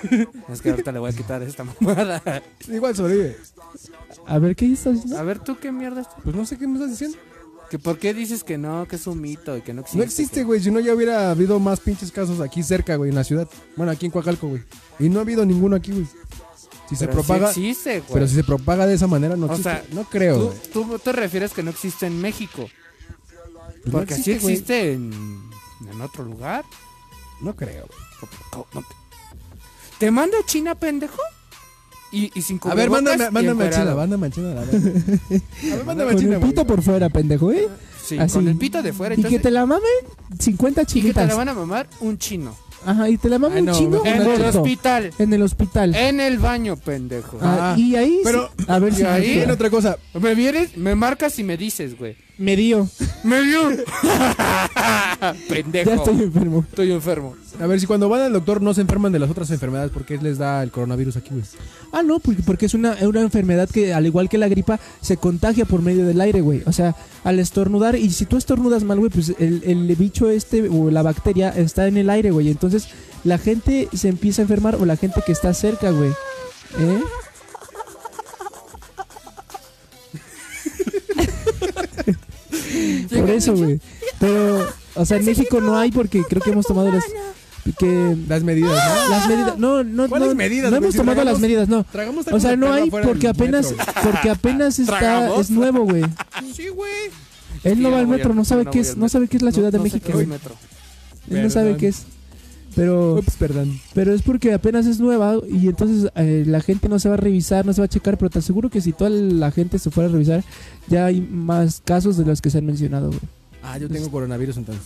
S2: Es que ahorita le voy a quitar esta mamada.
S3: Igual sobrevive.
S1: A ver, ¿qué estás diciendo?
S2: A ver, ¿tú qué mierda? estás-
S3: Pues no sé qué me estás diciendo.
S2: ¿Que ¿Por qué dices que no, que es un mito y que no existe?
S3: no existe, güey. Si no, ya hubiera habido más pinches casos aquí cerca, güey, en la ciudad. Bueno, aquí en Coacalco, güey. Y no ha habido ninguno aquí, güey.
S2: que-
S3: Si se
S2: Pero sí
S3: propaga.
S2: existe, güey.
S3: pero si se propaga de esa manera, no
S2: O
S3: existe.
S2: sea,
S3: no creo,
S2: tú,
S3: güey. Pues
S2: tú te refieres que no existe en México.
S3: no
S2: porque sí
S3: existe, güey.
S2: existe en, en otro lugar.
S3: No creo, güey.
S2: ¿Cómo te- ¿Te mando a China, pendejo? Y, y sin
S3: A ver,
S2: cubrebocas
S3: mándame,
S2: y
S3: mándame a China,
S2: encuerado.
S3: mándame a China. la verdad. A ver, mándame a
S1: Con
S3: China,
S1: el
S3: güey.
S1: pito por fuera, pendejo, ¿eh?
S2: Sí,
S3: Ah,
S1: Así.
S2: con el pito de fuera.
S1: Y que
S2: entonces-
S1: te la mamen 50
S2: y que te
S1: chinitas.
S2: la van a mamar un chino.
S1: Ajá, y te la mamen
S3: Ay,
S1: un
S3: no,
S1: chino
S3: mejor
S2: En el
S1: gordo.
S2: hospital.
S1: En el hospital.
S2: En el baño, pendejo.
S1: Ah,
S3: Ah,
S1: y ahí.
S3: pero-
S1: sí- a ver
S2: y
S1: si.
S2: ahí-
S1: me
S3: Tiene
S1: queda.
S3: otra cosa.
S2: Me vienes, me marcas y me dices, güey.
S1: Me dio.
S2: ¡Me dio! *laughs*
S1: Ya
S2: pendejo.
S1: estoy enfermo.
S2: Estoy enfermo.
S3: A ver, si cuando van al doctor no se enferman de las otras enfermedades, ¿por qué les da el coronavirus aquí, güey?
S1: Ah, no, porque, porque es una, una enfermedad que, al igual que la gripa, se contagia por medio del aire, güey. O sea, al estornudar, y si tú estornudas mal, güey, pues el, el bicho este o la bacteria está en el aire, güey. Entonces, la gente se empieza a enfermar o la gente que está cerca, güey.
S3: *laughs*
S1: ¿Eh? Por eso, güey. Pero, o sea, en México no hay porque creo que hemos tomado las. Que,
S3: Las medidas, ¿no?
S1: las medidas. No, no,
S3: ¿Cuáles
S1: no,
S3: medidas,
S1: no
S3: güey?
S1: hemos
S3: Si
S1: tomado las
S3: tragamos-
S1: medidas, no.
S3: Tragamos
S1: O
S3: tacos
S1: sea,
S3: de
S1: no
S3: perro
S1: hay
S3: afuera del
S1: porque apenas,
S3: metro,
S1: porque apenas está,
S2: ¿Tragamos?
S1: es nuevo, güey.
S2: Sí, güey.
S1: Él no
S2: Sí,
S1: va al
S2: voy
S1: metro,
S2: al-
S1: no sabe
S2: no
S1: qué
S2: voy
S1: es,
S2: al
S1: no sabe qué es la
S2: No-
S1: Ciudad de
S2: no sé
S1: México,
S2: qué es
S1: güey.
S2: metro.
S1: Él no sabe
S3: Perdón.
S1: qué es. Pero, *laughs*
S3: güey. Ups, perdón.
S1: pero es porque apenas es nueva y entonces eh, la gente no se va a revisar, no se va a checar, pero te aseguro que si toda la gente se fuera a revisar, ya hay más casos de los que se han mencionado, güey.
S3: Ah, yo tengo coronavirus entonces.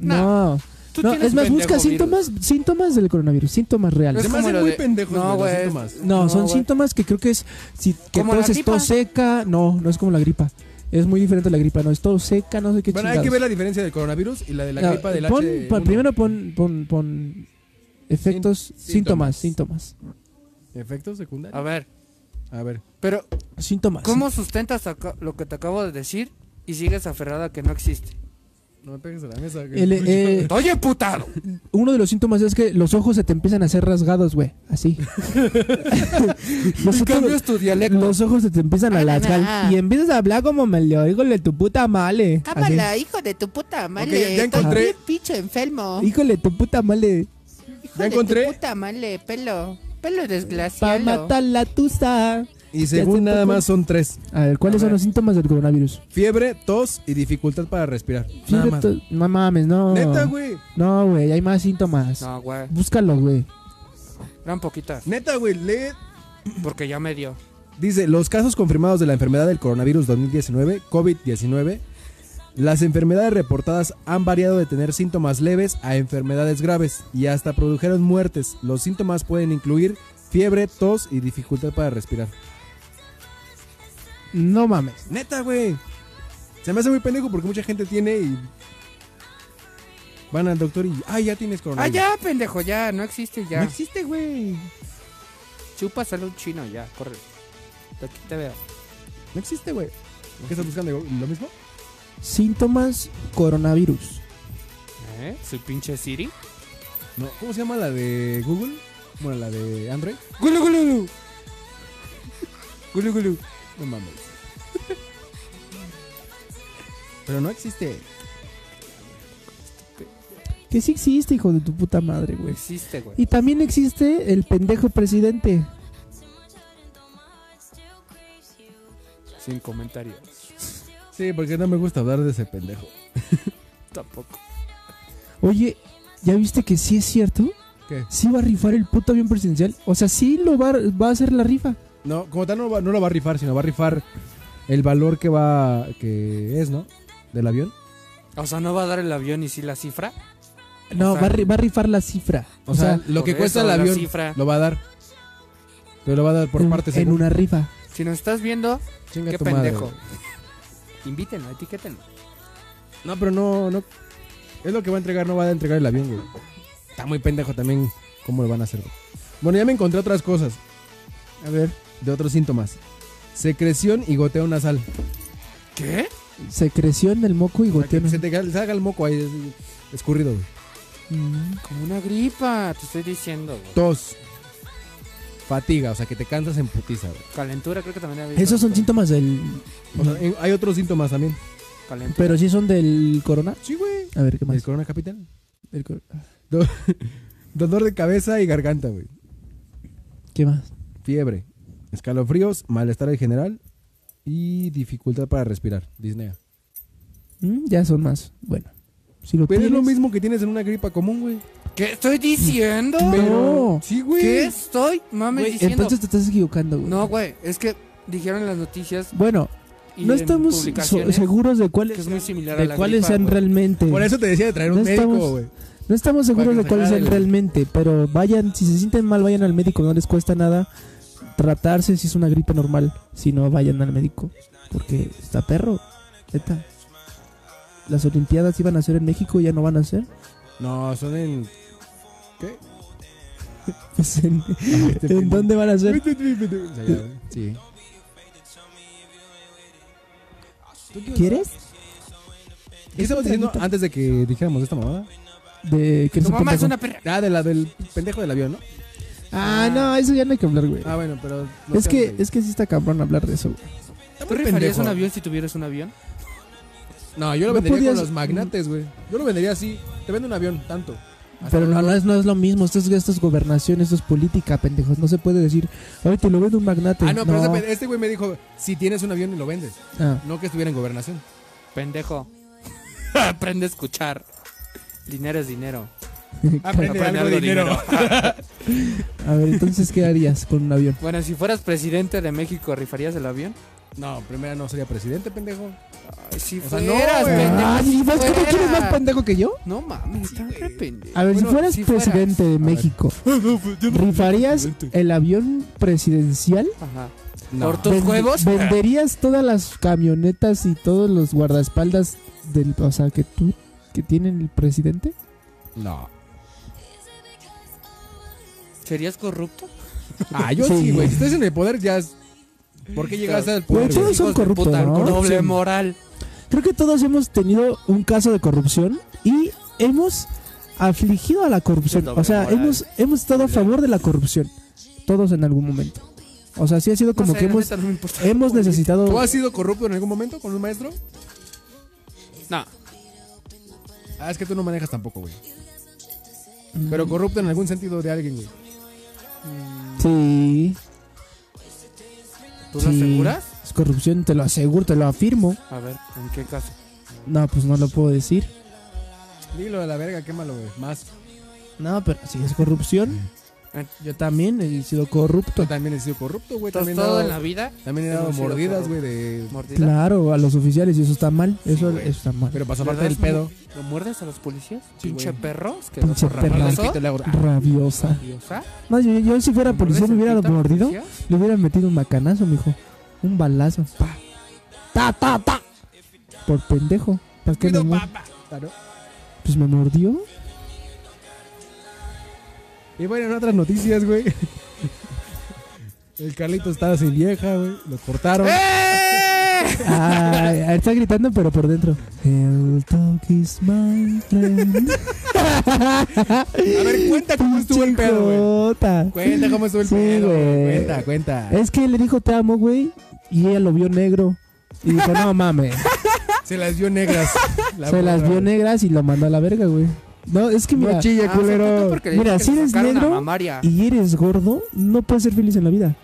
S1: No,
S2: Tú
S1: no,
S2: tienes
S1: es más, busca
S2: pendejo virus.
S1: síntomas, síntomas del coronavirus, síntomas reales.
S2: Es
S3: Además,
S2: como
S3: son
S2: lo
S3: muy
S2: de-
S3: pendejos,
S2: No,
S3: güey, los
S2: güey.
S3: síntomas.
S1: No, son
S2: güey.
S1: síntomas que creo que es si que
S2: Como la
S1: tos es
S2: gripa.
S1: tos seca, no, no es como la gripa. Es muy diferente a la gripa, no es tos seca, no sé qué
S3: bueno, hay
S1: chingados.
S3: que ver la diferencia del coronavirus y la de la
S1: Ah,
S3: gripa del
S1: pon-
S3: H1N1.
S1: pon- primero pon, pon, pon efectos,
S3: síntomas.
S1: síntomas, síntomas.
S3: ¿Efectos
S2: A
S3: secundarios?
S2: ver,
S1: Ah.
S3: A ver.
S2: pero
S1: Síntomas.
S2: ¿cómo sustentas acá- lo que te acabo de decir y sigues aferrada a que no existe?
S3: No me pegues a la mesa, güey.
S1: El, eh,
S2: Oye, emputado.
S1: uno de los síntomas es que los ojos se te empiezan a hacer rasgados, güey.
S3: *laughs*
S1: Así. Los
S2: En
S1: otros-
S2: cambio es Ah, tu dialecto.
S1: los ojos se te empiezan a
S4: Ay,
S1: lasgar
S4: mamá.
S1: y empiezas a hablar como me le oigo de tu puta male. Así.
S4: Cámara, hijo de tu puta madre.
S3: Ok, ya- ya
S4: Estoy
S3: encontré.
S4: bien pinche enfermo. Hijo
S1: Híjole, tu puta male.
S4: de
S3: encontré.
S4: tu puta madre, pelo. Pelo
S1: Pa'
S4: desglaciado.
S1: matar la tusa.
S3: Y según
S1: Ya se
S3: nada
S1: tocó.
S3: más son tres.
S1: A ver,
S3: A
S1: ¿cuáles son
S3: ver.
S1: los síntomas del coronavirus?
S3: Fiebre, tos y dificultad para respirar. Nada
S1: Fiebre
S3: más.
S1: to- No mames, no.
S3: Neta, güey.
S1: No, güey, hay más síntomas.
S2: No, güey.
S1: Búscalo, güey.
S2: Eran poquitas.
S3: Neta, güey. Lee.
S2: Porque ya me dio.
S3: Dice, los casos confirmados de la enfermedad del coronavirus 2019, COVID-19, las enfermedades reportadas han variado de tener síntomas leves a enfermedades graves y hasta produjeron muertes. Los síntomas pueden incluir fiebre, tos y dificultad para respirar.
S1: No mames.
S3: Neta, güey. Se me hace muy pendejo porque mucha gente tiene y... Van al doctor y... Ah, ya tienes
S2: Ah,
S3: coronavirus.
S2: ya, pendejo, ya. No existe
S3: No
S2: ya.
S3: existe, güey.
S2: Chupa salud chino, ya. Corre. Aquí te veo.
S3: No existe, güey. ¿Qué estás buscando? ¿Lo mismo?
S1: Síntomas coronavirus.
S2: ¿Eh? Su pinche Siri.
S3: No. ¿Cómo se llama la de Google? Bueno, la de Android.
S2: Gulu, gulu, gulu. Gulu, gulu.
S3: No mames. *laughs* Pero no existe.
S1: Que sí existe, hijo de tu puta madre, güey.
S2: Existe, güey.
S1: Y también existe el pendejo presidente.
S2: Sin comentarios.
S3: Sí, porque no me gusta hablar de ese pendejo.
S2: Tampoco.
S1: Oye, ¿ya viste que sí es cierto?
S3: ¿Qué?
S1: Sí va a rifar el puto avión presidencial. O sea, sí lo va, va a hacer la rifa.
S3: No, como tal no, va- no lo va a rifar, sino va a rifar el valor que va. que es, ¿no? Del avión.
S2: O sea, no va a dar el avión y sí la cifra.
S1: No,
S2: O sea-
S1: va, a ri- va a rifar la cifra.
S3: O, sea, lo
S2: por
S3: que cuesta
S2: eso,
S3: el
S2: la
S3: avión
S2: cifra.
S3: lo va a dar. Pero lo va a dar por
S1: en,
S3: partes.
S1: en
S3: según-
S1: una rifa.
S2: Si nos estás viendo,
S3: Chinga
S2: qué
S3: tu madre.
S2: pendejo. Invítenlo, etiquétenlo.
S3: No, pero no, no. Es lo que va a entregar, no va a entregar el avión, güey. Está muy pendejo también cómo lo van a hacer. güey. Bueno, ya me encontré otras cosas.
S1: A ver.
S3: de otros síntomas. Secreción y goteo nasal.
S2: ¿Qué?
S1: Secreción del moco y
S3: O sea, que
S1: goteo.
S3: se te ca- salga el moco ahí es- escurrido. güey.
S1: Mm.
S2: Como una gripa, te estoy diciendo, güey.
S3: Tos. Fatiga, o sea que te cansas en putiza. güey.
S2: Calentura, creo que también había.
S1: Esos son síntomas del...
S3: O sea, en- hay otros síntomas también.
S2: Calentura.
S1: Pero sí son del corona.
S3: Sí, güey.
S1: A ver, ¿qué
S3: ¿El
S1: más?
S3: corona capital?
S1: Del cor-
S3: Dolor de cabeza y garganta, güey.
S1: ¿Qué más?
S3: Fiebre. Escalofríos, malestar en general y dificultad para respirar. Disney.
S1: Mm, ya son más. Bueno. Si lo
S3: Pero es lo
S1: tienes-
S3: mismo que tienes en una gripa común, güey.
S2: ¿Qué estoy diciendo?
S1: No.
S3: Sí, güey.
S2: ¿Qué estoy mame
S1: Güey,
S2: diciendo?
S1: entonces te estás equivocando, güey.
S2: No, güey, es que dijeron las noticias
S1: Bueno,
S2: y
S1: no
S2: en
S1: estamos so-
S2: publicaciones
S1: seguros de
S2: que es
S1: cuáles
S2: muy similar a
S1: de
S2: la
S1: cuáles
S2: gripa,
S1: sean
S2: güey.
S1: realmente.
S3: Por eso te decía de traer un
S1: No
S3: médico,
S1: estamos-
S3: güey.
S1: No estamos seguros
S3: Para que
S1: de cuáles
S3: nos
S1: sean
S3: aclaren.
S1: realmente, pero vayan, si se sienten mal, vayan al médico, no les cuesta nada tratarse si es una gripe normal, si no vayan al médico, porque está perro, neta. Las olimpiadas iban a ser en México y ya no van a ser.
S3: No, son en. ¿Qué?
S1: Pues, ¿En, *laughs* en dónde van a ser?
S3: Sí.
S1: ¿Quieres?
S3: ¿Qué estabas diciendo antes de que dijéramos esta mamada?
S1: De que eres
S2: Tu
S1: un
S2: mamá es
S1: pendejo.
S2: una perra.
S3: Ah, de la del pendejo del avión, ¿no?
S1: Ah, no, eso ya no hay que hablar, güey.
S3: Ah, bueno, pero.
S1: es que es que sí está cabrón hablar de eso. güey.
S2: ¿Tú rifarías un avión si tuvieras un avión?
S3: No, yo
S1: No
S3: lo vendería
S1: podías-
S3: con los magnates, güey. Yo lo vendería así. Te vendo un avión, tanto. Hasta
S1: Pero no, no es, no es lo mismo, esto es, esto es gobernación, esto es política, pendejos. No se puede decir, ay, te lo vendo un magnate.
S3: Ah, no, pero ese pe- este güey me dijo: si tienes un avión y lo vendes.
S1: Ah.
S3: No que estuviera en gobernación.
S2: Pendejo. *laughs* Aprende a escuchar. Dinero es dinero.
S1: *laughs*
S3: Aprende
S2: Aprende
S3: algo de dinero.
S1: A ver, entonces, ¿qué harías con un
S2: *laughs*
S1: avión?
S2: Bueno, si fueras presidente de México, ¿rifarías el avión?
S3: No, primero no sería presidente, pendejo.
S2: Ay, si
S3: sea, no,
S2: fueras, Pues,
S3: güey.
S2: pendejo.
S1: Ah,
S2: si
S1: ¿y vos cómo
S2: fueras.
S1: quieres más pendejo que yo?
S2: Ah, No mames, está re pendejo.
S1: A ver,
S2: Bueno,
S1: si fueras
S2: fueras.
S1: presidente de México, pues, ¿rifarías el avión presidencial?
S2: Ajá.
S3: No.
S2: Por tus
S1: Ven-
S2: huevos.
S1: ¿Venderías todas las camionetas y todos los guardaespaldas del, o sea, que tú, que tiene el presidente?
S3: No.
S2: ¿Serías corrupto?
S3: Ah, yo
S1: Sí.
S3: sí, güey. Si estás en el poder, ya es. ¿Por qué llegaste al
S1: Güey,
S3: poder?
S1: todos
S3: güey?
S1: son
S2: Hijos de
S1: corruptos,
S2: puta,
S1: ¿no?
S2: Doble
S1: Sí.
S2: moral.
S1: Creo que todos hemos tenido un caso de corrupción y hemos afligido a la corrupción.
S2: De doble
S1: O sea,
S2: moral.
S1: hemos, hemos estado a favor de la corrupción. Todos en algún momento. O sea, sí ha sido como que hemos, hemos necesitado...
S3: ¿Tú has sido corrupto en algún momento con un maestro?
S2: No,
S3: Ah, es que tú no manejas tampoco, güey.
S1: Mm.
S3: Pero corrupto en algún sentido de alguien, güey.
S1: Sí.
S2: ¿tú
S1: sí.
S2: lo aseguras?
S1: Es corrupción, te lo aseguro, te lo afirmo.
S2: A ver, ¿en qué caso?
S1: No, pues no lo puedo decir.
S3: Dilo de la verga, quémalo, güey. Más.
S1: No, pero si es corrupción,
S2: Mm.
S1: yo también he sido corrupto.
S3: Tú también he sido corrupto, güey. También, he
S2: ¿Todo
S3: dado-
S2: en la vida?
S3: también he dado
S2: hemos sido
S3: mordidas, güey, de...
S2: ¿Mordida?
S1: Claro, a los oficiales y eso está mal. Eso,
S2: güey.
S1: eso está mal.
S3: Pero para
S2: ¿Le
S3: aparte
S2: das
S3: del pedo.
S2: mu- ¿Lo muerdes a los policías?
S3: Sí,
S2: Pinche
S3: güey.
S2: perros. Que
S1: Pinche perro.
S2: perros.
S3: Te le hago- ah,
S1: Rabiosa. No, yo, yo si fuera policía me hubiera mordido, *laughs* le hubiera metido un macanazo, mijo. Un balazo. Pa. Ta, ta, ta. Por pendejo. ¿Para qué me
S3: Cuido,
S1: mor-
S3: papá. Claro.
S1: Pues me mordió.
S3: Y bueno, en otras noticias, güey. El Carlito estaba sin vieja, güey. Lo cortaron.
S1: ¡Eh!
S2: ¡Eh! Ah,
S1: Ay, está gritando, pero por dentro. El talk is my friend.
S3: *laughs* A ver, cuenta cómo estuvo el pedo, güey.
S1: Chicota.
S3: Cuenta cómo estuvo el
S1: Sí,
S3: pedo, güey.
S1: güey. ¿Eh?
S3: Cuenta, cuenta.
S1: Es que él le dijo te amo, güey. Y ella lo vio negro. Y dijo, no mames.
S3: Se las vio negras.
S1: *laughs*
S3: La
S1: Se las
S3: morra,
S1: vio
S3: güey.
S1: negras Ah, y lo mandó a la verga, güey. No, es que mira.
S3: No chilla, culero.
S1: Mira, si eres negro y eres gordo, no puedes ser feliz en la vida.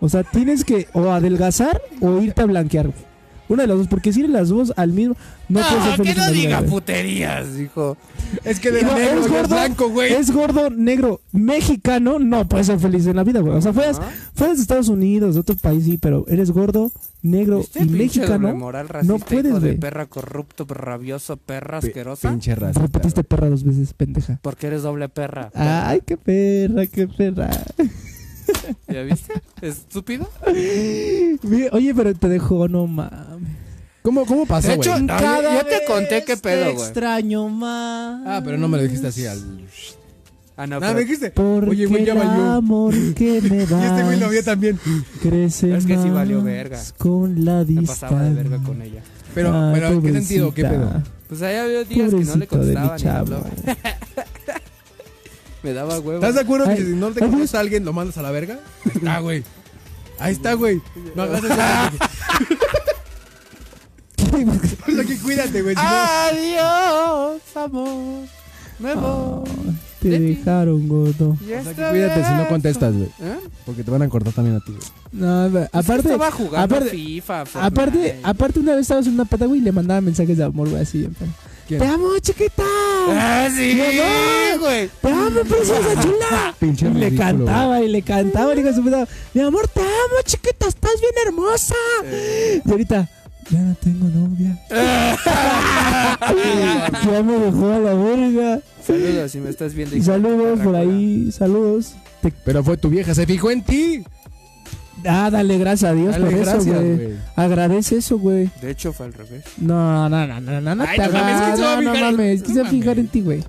S1: O sea, tienes que o adelgazar o irte a blanquear, güey. Una de las dos, porque si eres las dos al mismo, no, puedes ser feliz
S2: que
S1: en la
S2: no
S1: vida,
S2: diga
S1: güey.
S2: puterías, hijo.
S3: Es que de
S1: No,
S3: negro
S1: ¿eres
S3: y es
S1: gordo?
S3: blanco, güey.
S1: Es gordo, negro, mexicano, no puedes ser feliz en la vida, güey. O sea, fueras,
S2: Ajá.
S1: fueras de Estados Unidos, de otro país, sí, pero eres gordo, negro
S2: Este
S1: y
S2: pinche doble
S1: mexicano.
S2: moral racista,
S1: no puedes,
S2: hijo de
S1: güey.
S2: perra corrupto, rabioso, perra
S3: Pe-
S2: asquerosa.
S3: Pinche raza.
S1: Repetiste perra dos veces, pendeja.
S2: Porque eres doble perra.
S1: Ay, qué perra, qué perra.
S2: ¿Ya viste? ¿Estúpido?
S1: Mira, Oye, pero te dejó, no mames.
S3: ¿Cómo, ¿Cómo pasó,
S2: De
S3: güey?
S2: hecho, a mí- yo Ah, te
S1: vez
S2: conté qué pedo,
S1: te
S2: güey.
S1: extraño más.
S3: Ah, pero no me lo dijiste así al...
S2: Ah, no,
S3: No,
S2: pero
S3: me dijiste.
S1: Porque
S3: Oye, güey, ya
S1: el
S3: valió.
S1: amor que
S3: *laughs*
S1: me
S3: Y
S1: das
S3: este güey lo vio también.
S1: crece
S2: Es que sí valió
S1: más
S2: verga.
S1: Con la
S2: me
S1: distancia.
S2: pasaba de verga con ella.
S3: Pero,
S1: Ay,
S3: pero ¿en qué sentido? ¿Qué pedo?
S1: pobrecita.
S2: Pues allá había días que no le
S1: Pobrecito de mi
S2: contestaba ni
S1: chavo.
S2: hablaba. Me daba huevo.
S3: ¿Estás de acuerdo que
S1: Ay,
S3: si no te
S1: ay,
S3: contesta alguien, lo mandas a la verga? Ahí Está, güey. Ahí está, güey. No hagas eso. güey. Pues aquí cuídate, güey. si no-
S2: Adiós, amor. Me
S1: Ah,
S2: voy.
S1: te
S2: Leti.
S1: dejaron gordo.
S2: Y
S3: pues aquí
S2: esta
S3: cuídate si no
S2: vez-
S3: contestas, güey.
S2: ¿Eh?
S3: Porque te van a cortar también a ti, güey.
S1: No, a ver, aparte,
S2: estaba jugando
S1: aparte-
S2: FIFA. Fortnite.
S1: aparte, aparte una vez estabas en una pata, güey, y le mandaba mensajes de amor, güey, así. en plan,
S3: ¿Quién?
S1: Te amo,
S2: *laughs*
S1: chiquita.
S2: Ah, sí,
S1: Mamá.
S2: güey.
S1: Te amo, preciosa chula.
S3: Pinche
S1: Y le
S3: ridículo,
S1: cantaba y le cantaba, le dijo a su vida, mi amor, te amo, chiquita, estás bien hermosa. Y ahorita, ya no tengo
S3: *laughs*
S1: novia. ya me dejó a la verga.
S2: *laughs* Saludos, si me estás viendo. hijo de
S1: Saludos
S2: perra,
S1: por
S2: cura.
S1: ahí, saludos. Te-
S3: Pero fue tu vieja, se fijó en ti.
S1: Ah, dale gracias a Dios
S3: Dale
S1: por
S3: gracias,
S1: eso, güey.
S3: güey.
S1: Agradece eso, güey.
S2: De hecho, fue al revés.
S1: No, no, no, no, no, no,
S3: Ay,
S1: te
S3: no
S1: hagas-
S3: mames, ¿quién se va a
S1: no, no
S3: fijar en-
S1: mames, quise
S3: no
S1: fijar en
S3: mames.
S1: ti, güey.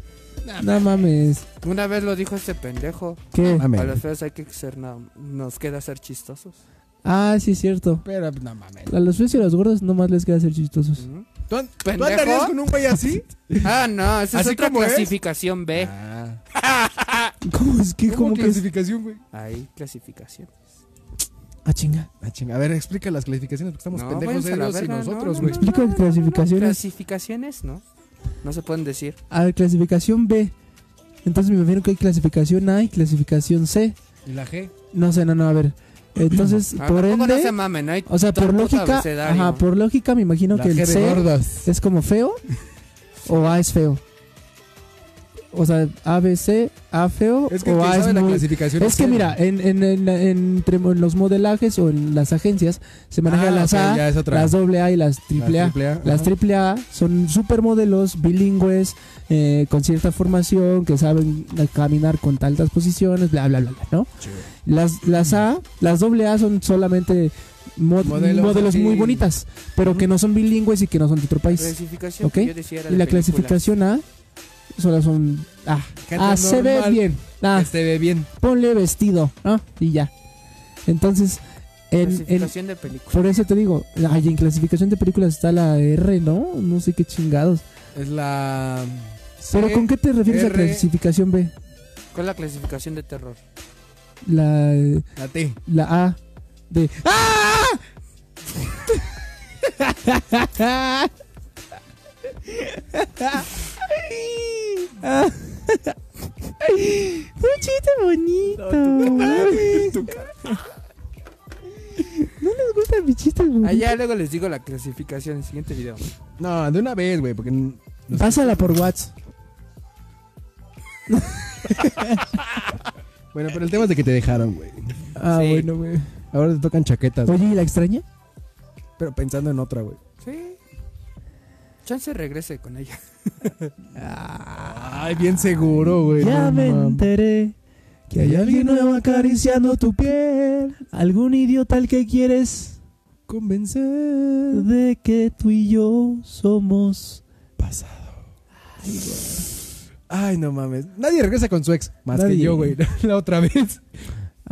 S1: No mames.
S2: Una vez lo dijo este pendejo.
S1: ¿Qué?
S2: A los
S3: Mames.
S2: feos hay que ser. na- nos queda ser chistosos.
S1: Ah, sí, es cierto.
S3: Pero no mames.
S1: A los feos y a los gordos nomás les queda ser chistosos.
S2: Ujú.
S3: ¿Tú, an- tú
S2: ¿Pendejo?
S3: andarías con un güey así?
S2: Ah, no, esa es
S3: ¿Así
S2: otra
S3: como es?
S2: clasificación B.
S3: Ah.
S1: ¿Cómo es que?
S3: ¿Cómo
S1: ¿Cómo que es?
S3: clasificación, güey?
S2: Ahí, clasificación.
S1: Ah, chinga.
S3: Ah, chinga. A ver, explica las clasificaciones porque estamos
S2: No,
S3: pendejos
S2: váyanse a la
S3: ellos y
S2: verga,
S3: pues, nosotros,
S2: no,
S3: güey.
S2: no,
S1: Explica
S2: no,
S1: clasificaciones.
S2: Clasificaciones, ¿no? No se pueden decir.
S1: A ver, clasificación B. Entonces me imagino que hay clasificación A y clasificación C.
S3: ¿Y la G?
S1: No sé, no, no, a ver.
S3: *clears throat*
S1: Entonces,
S2: Ah,
S1: por
S2: tampoco
S1: ende,
S2: no se mamen, hay
S1: o sea, por
S2: todo puto
S1: lógica,
S2: abecedario.
S1: ajá, por lógica me imagino
S3: la
S1: que
S3: G
S1: el
S3: de
S1: C
S3: gordos.
S1: es como feo o A es feo. O sea, A, B, C, A feo
S3: Es que,
S1: o
S3: quien
S1: A
S3: sabe
S1: es
S3: la
S1: muy...
S3: clasificación
S1: Es que
S3: cero.
S1: mira, en, en, en- entre los modelajes o en las agencias se manejan
S3: Ah,
S1: las
S3: ok,
S1: A,
S3: ya es otra.
S1: las doble A y las triple A.
S3: Las triple A.
S1: Las triple A son supermodelos bilingües eh, con cierta formación que saben caminar con altas posiciones, bla, bla, bla, bla, ¿no? Las, las A, las doble A son solamente mod-
S3: Modelos
S1: modelos,
S3: así.
S1: muy bonitas, pero que no son bilingües y que no son de otro
S2: La
S1: país.
S2: clasificación
S1: pues, ¿Ok?
S2: que yo decía era
S1: Y
S2: de
S1: la
S2: películas.
S1: clasificación A solo son A.
S3: Gente
S1: A se ve
S3: normal
S1: bien. Ah,
S3: que se ve bien.
S1: ponle vestido, ¿no? Y ya. Entonces, En, en-
S2: Clasificación de película.
S1: por eso te digo, ay, en clasificación de películas está la R, ¿no? No sé qué chingados.
S3: Es la.
S1: ¿Pero con qué te refieres a
S3: R.
S1: clasificación B?
S2: ¿Cuál es la clasificación de terror?
S1: La, eh,
S3: La T.
S1: la A de... ¡Ah! Un chiste bonito. No les gustan mis chistes bonitos.
S2: Allá Ah, luego les digo la clasificación en el siguiente video.
S3: No, de una vez, güey, porque. n- los-
S1: Pásala por WhatsApp.
S3: Bueno, pero el tema es de que te dejaron, güey.
S1: Ah,
S2: Sí.
S1: bueno, güey.
S3: Ahora te tocan chaquetas, güey,
S1: Oye, ¿y la extraña?
S3: pero pensando en otra, güey.
S2: Sí. Chance regrese con ella.
S3: Ay, bien seguro, güey.
S1: ya
S3: no
S1: me
S3: mames.
S1: enteré que hay alguien nuevo acariciando tu piel. Algún idiota al que quieres
S3: Convencer.
S1: de que tú y yo somos.
S3: Pasado. Ay, no mames. Nadie regresa con su ex. Más
S1: Nadie.
S3: que yo, güey. *laughs* La otra vez.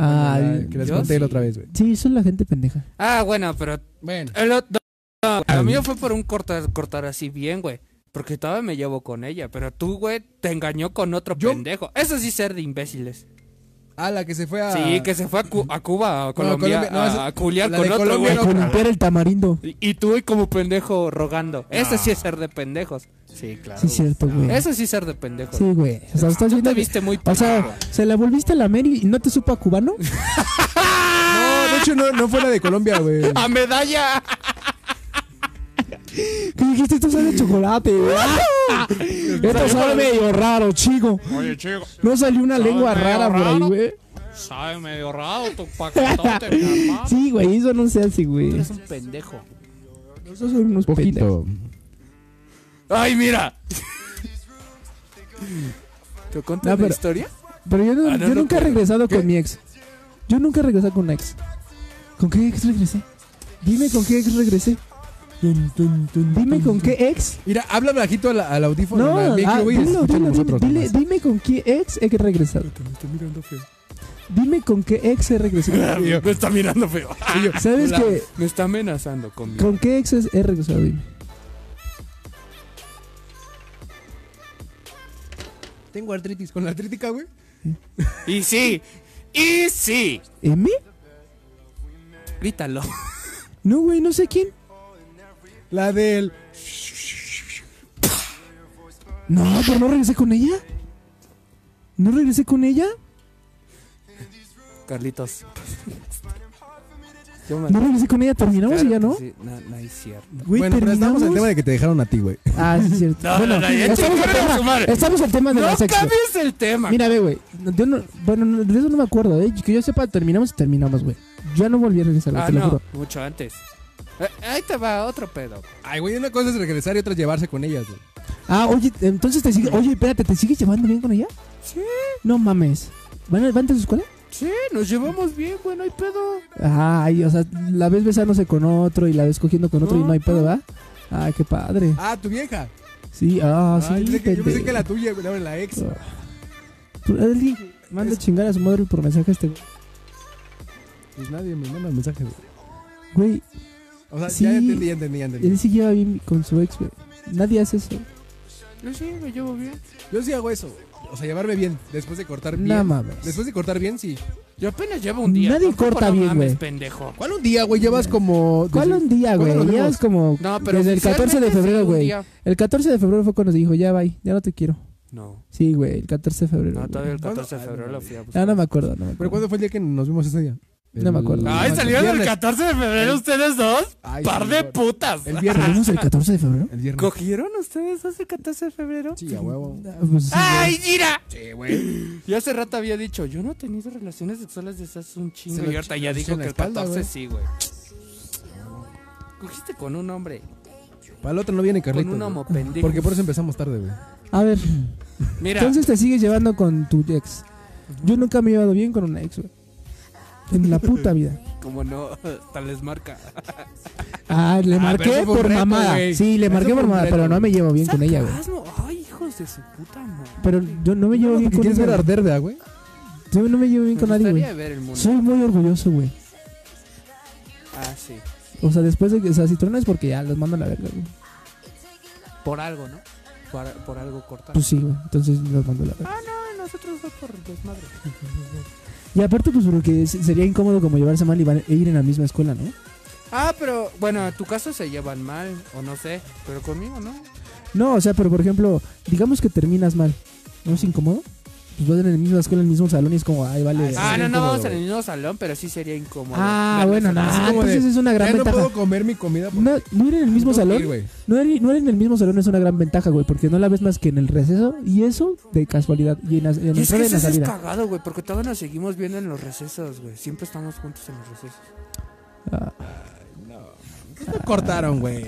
S1: Ah,
S3: Bueno, la- que les
S2: yo
S3: conté
S2: sí.
S3: la otra vez, güey.
S1: sí, son la gente pendeja.
S2: Ah, bueno, pero
S3: Bueno.
S2: el otro. no, lo mío fue por un cortar, cortar así bien, güey. Porque todavía me llevo con ella. Pero tú, güey, te engañó con otro
S3: Yo-
S2: pendejo. Eso sí, ser de imbéciles.
S3: Ah, la que se fue a.
S2: Sí, que se fue a, Cu- a Cuba, a Colombia,
S3: Colombia, no,
S2: a-
S3: esa-
S2: a culiar
S3: la
S2: con
S3: de
S2: otro,
S3: Colombia
S2: güey.
S1: A
S3: Pero-
S1: columpiar el tamarindo.
S2: Y, y tú, güey, como pendejo rogando. Eso sí es ser de pendejos. Sí, claro.
S1: Sí, cierto, güey.
S2: Eso sí es ser de pendejos.
S1: Sí, güey. O sea, estás
S2: Tú
S1: viendo.
S2: te viste muy
S1: O
S2: pendejo.
S1: sea, ¿se la volviste a la Mary y no te supo a cubano?
S3: No, de hecho, no, no fue la de Colombia, güey.
S2: ¡A medalla!
S1: Que dijiste, tú sabes
S2: *laughs*
S1: chocolate, güey. Esto sabe medio raro, chico.
S5: Oye, chico,
S1: No salió una
S5: Sabe
S1: lengua
S5: medio
S1: rara por ahí,
S5: raro.
S1: güey.
S5: sabe medio raro tu paquetote, mi hermano.
S1: Sí, güey, eso no se hace, güey.
S2: Tú eres un pendejo.
S1: Esos son unos pendejos.
S2: ¡Ay, mira! ¿Te conté
S1: No,
S2: la
S1: pero-
S2: historia?
S1: Pero yo, no-
S2: Ah, no,
S1: yo
S2: no
S1: nunca he
S2: puedo.
S1: regresado
S2: ¿Qué?
S1: con mi ex. Yo nunca he regresado con una ex. ¿Con qué ex regresé? Dime con qué ex regresé. Dime con qué ex.
S3: Mira, habla bajito al, al audífono.
S1: No,
S3: al micro,
S1: ah,
S3: güey,
S1: dilo,
S3: escuchan
S1: dilo, dime,
S3: nosotros
S1: dile-
S3: nomás.
S1: dime con qué ex he regresado.
S3: *laughs*
S1: Dime con qué ex he
S2: *laughs*
S1: regresado.
S2: Me está mirando feo.
S3: Y yo,
S1: ¿Sabes
S3: la-
S1: qué?
S2: Me está amenazando conmigo.
S1: ¿Con qué ex he regresado? Dime.
S3: Tengo artritis. ¿Con la artrítica, güey?
S2: Y sí, y sí.
S1: ¿M?
S2: Grítalo.
S1: No, güey, no sé quién.
S3: La del.
S1: No, pero no regresé con ella. ¿No regresé con ella?
S2: Carlitos. Yo me-
S1: ¿No regresé con ella? ¿Terminamos y ya no?
S2: Sí, no, no es cierto.
S1: Güey,
S3: bueno, pero estamos al
S1: ¿terminamos?
S3: tema de que te dejaron a ti, güey.
S1: Ah, sí, es cierto.
S2: No,
S1: bueno,
S2: no, no, ya
S1: estamos, al
S2: chingaron a su
S1: tema,
S2: madre.
S1: estamos al tema de
S2: No
S1: la sexo.
S2: cambies el tema.
S1: Mira, ve, güey. yo no- bueno, no, de eso no me acuerdo, ¿eh? Que yo sepa, terminamos y terminamos, güey. Ya no volví a regresar,
S2: ah,
S1: te lo
S2: no,
S1: juro.
S2: mucho antes. Eh, ahí te va otro pedo.
S3: Ay, güey, una cosa es regresar y otra es llevarse con ellas, güey.
S1: Ah, oye, entonces te sigue. Oye, espérate, ¿te sigues llevando bien con ella?
S2: Sí.
S1: No mames. ¿Van a, van a tu escuela?
S2: Sí, nos llevamos bien, güey, no hay pedo.
S1: Ay, o sea, la ves besándose con otro y la ves cogiendo con otro y no hay pedo, ¿va? Ay, qué padre.
S3: Ah, tu vieja.
S1: Sí, ah,
S3: Ay,
S1: sí.
S3: pensé que- yo pensé
S1: pendejo.
S3: que la tuya, güey, ahora la ex.
S1: Tú, Adri, Manda a chingar a su madre por mensaje a este güey.
S3: Pues nadie me manda mensajes, güey.
S1: güey.
S3: O sea,
S1: Sí.
S3: ya entendí, ya entendí, ya entendí.
S1: Él sí lleva bien con su ex, güey. Nadie hace eso.
S2: Yo sí, me llevo bien.
S3: Yo sí hago eso, güey. O sea, llevarme bien. Después de cortar bien.
S1: No mames.
S3: Después de cortar bien, sí.
S2: Yo apenas llevo un día.
S1: Nadie
S2: tampoco
S1: corta
S2: no
S1: bien,
S2: mames,
S1: güey.
S2: pendejo.
S3: ¿Cuál un día, güey? Llevas como.
S1: ¿Cuál un día,
S3: ¿Cuándo
S1: güey?
S3: nos
S1: Ya
S3: vemos?
S1: es como
S2: No, pero
S1: desde el 14 de
S2: oficialmente sí,
S1: febrero,
S2: un
S1: güey.
S2: día.
S1: El 14 de febrero fue cuando se dijo, ya bye, ya no te quiero.
S2: No,
S1: Sí, güey, el 14 de febrero.
S2: no,
S1: güey.
S2: todavía el
S3: ¿Cuándo?
S2: 14 de febrero lo fui a buscar.
S1: Ah, no me acuerdo, no me
S3: Ah, ¿Pero
S1: acuerdo.
S3: cuándo fue el día que nos vimos ese día?
S1: No me acuerdo.
S2: Ay,
S1: El
S2: salieron el
S3: viernes.
S2: 14 de febrero ustedes dos.
S3: Ay,
S2: Par
S3: sí,
S2: de
S3: güey.
S2: putas.
S3: El viernes.
S1: ¿Salimos el 14 de febrero?
S3: El viernes.
S2: ¿Cogieron ustedes dos el 14 de febrero?
S3: Sí, a huevo.
S1: Ah, pues sí, güey.
S2: ¡Ay, mira!
S3: Sí, güey.
S2: Yo hace rato había dicho, yo no he tenido relaciones sexuales desde hace un
S3: Se
S2: chingo.
S3: lo
S2: Y ahorita
S3: ch-
S2: ya
S3: se
S2: dijo
S3: en la
S2: que el
S3: espalda,
S2: 14
S3: güey.
S2: sí, güey. Cogiste con un hombre,
S3: Para el otro no *laughs* viene
S2: con
S3: Carlitos.
S2: un homo
S3: güey.
S2: pendejo.
S3: Porque por eso empezamos tarde, güey.
S1: A ver,
S2: Mira,
S1: entonces te sigues llevando con tu ex. Yo nunca me he llevado bien con una ex, güey. En la puta vida.
S2: como no, *laughs* hasta les marca.
S1: Ah, le
S3: Ah, pero
S1: marqué
S3: eso fue un
S1: por
S3: reto,
S1: mamada.
S3: güey.
S1: Sí, le
S3: Eso
S1: marqué
S3: fue
S1: por
S3: un
S1: mamada,
S3: reto,
S1: pero no me llevo bien con ella, güey.
S2: Sarcasmo. Ay, hijos de su puta madre.
S1: Pero yo no me llevo bien
S3: ¿Qué
S1: con
S3: quieres ver
S1: ella.
S3: arder, ¿verdad, güey?
S1: Yo no me llevo bien
S2: Me
S1: con nadie, güey.
S2: gustaría ver el mundo.
S1: Soy muy orgulloso, güey.
S2: Ah, sí.
S1: O sea, después de que, o sea, si truena es porque ya los mando a la verga, güey.
S2: Por algo, ¿no? Por, por algo cortado.
S1: Pues sí, güey. Entonces los mando a la verga.
S2: ah, no, nosotros fue por desmadre.
S1: Y aparte, pues porque se- sería incómodo como llevarse mal y van- e ir en la misma escuela, ¿no?
S2: Ah, pero bueno, a tu caso se llevan mal, o no sé, pero conmigo no.
S1: No, o sea, pero por ejemplo, digamos que terminas mal. ¿No es incómodo? Pues vas en la misma escuela, en el mismo salón y es como, ay, vale.
S2: ah,
S3: sí,
S2: no, no
S3: incómodo,
S2: vamos en el
S3: güey.
S2: mismo salón, pero sí sería incómodo.
S1: Ah,
S2: Verlos
S1: bueno,
S2: en-
S1: no.
S3: así como de,
S1: Entonces es una gran
S3: Ya no
S1: ventaja.
S3: puedo comer mi comida porque
S1: No, no ir en el mismo
S3: tengo que ir,
S1: salón.
S3: güey.
S1: No ir, no ir en el mismo salón es una gran ventaja, güey, porque no la ves más que en el receso y eso de casualidad y en, la- en la
S2: Y es que
S1: entrada y en
S2: eso
S1: la
S2: sí es
S1: salida.
S2: cagado, güey, porque todos nos seguimos viendo en los recesos, güey. Siempre estamos juntos en los recesos.
S1: Ah,
S3: Me cortaron, güey.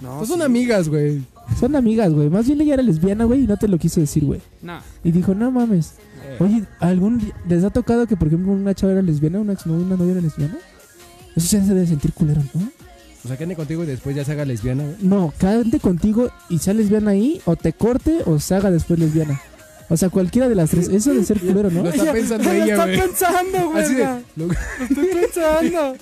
S2: No,
S3: Pues
S2: sí.
S3: son amigas, güey.
S1: son amigas, güey. Más bien ella era lesbiana, güey, y no te lo quiso decir, güey.
S2: No. Eh.
S1: Y dijo, no mames. Oye, ¿algún día- les ha tocado que, por ejemplo, una chava era lesbiana, una exnovia, una novia era lesbiana? Eso se debe sentir culero, ¿no?
S3: O sea, que ande contigo y después ya se haga lesbiana, güey.
S1: No, cante contigo y sea lesbiana ahí, o te corte o se haga después lesbiana. O sea, cualquiera de las tres. Eso de ser culero, ¿no?
S3: Lo está pensando
S2: Lo
S3: ella,
S2: está
S3: güey.
S2: pensando, güey.
S3: Así
S2: verga.
S3: de. lo-
S2: Estoy pensando.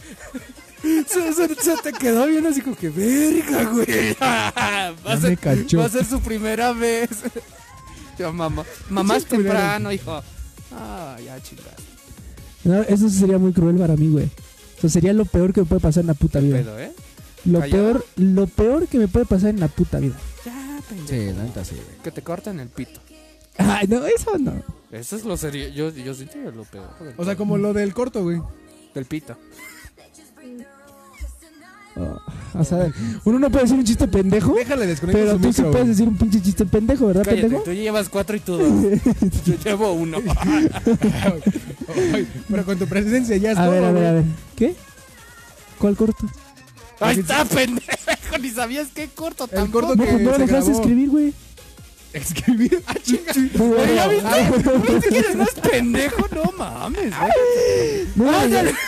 S2: Se, se- se te quedó bien así como que verga, *laughs* güey. Va
S3: Ya
S2: a
S3: me
S2: ser,
S3: cachó.
S2: va a ser su primera vez. *laughs* Yo, mamá. Mamá es temprano, hijo. Ah, ya chingada.
S1: No, eso sería muy cruel para mí, güey. Eso sería lo peor que me puede pasar en la puta vida.
S2: Pedo, ¿eh?
S1: Lo
S2: callado.
S1: peor, lo peor que me puede pasar en la puta vida.
S2: Ya, pendejo.
S3: Sí, la neta sí, güey.
S2: Que te cortan el pito.
S1: Ay, no, eso no.
S2: Eso es lo serio. Yo, yo sí te lo peor. del-
S3: O sea, como lo del corto, güey.
S2: del pito.
S1: Oh, o sea, uno no puede decir un chiste pendejo,
S3: Déjale desconectar
S1: pero
S3: su
S1: tú sí
S3: micro,
S1: puedes
S3: güey.
S1: decir un pinche chiste pendejo, ¿verdad,
S2: Cállate,
S1: pendejo?
S2: tú llevas cuatro y tú dos. Yo llevo
S1: *laughs*
S2: uno.
S3: Ay, Pero con tu presencia ya es
S1: A
S3: todo,
S1: ver, a ver,
S3: güey.
S1: a ver. ¿Qué? ¿Cuál corto?
S2: Ahí está, pendejo. Ni sabías qué corto tan
S3: El corto
S1: No,
S3: que
S1: pues no
S3: se
S1: dejaste
S3: grabó.
S1: escribir, güey.
S3: Escribir.
S2: Ah, chinga. Güey, ¿ya viste? ¿Viste que eres más pendejo? No mames, güey.
S1: *laughs* No, no, no. *laughs*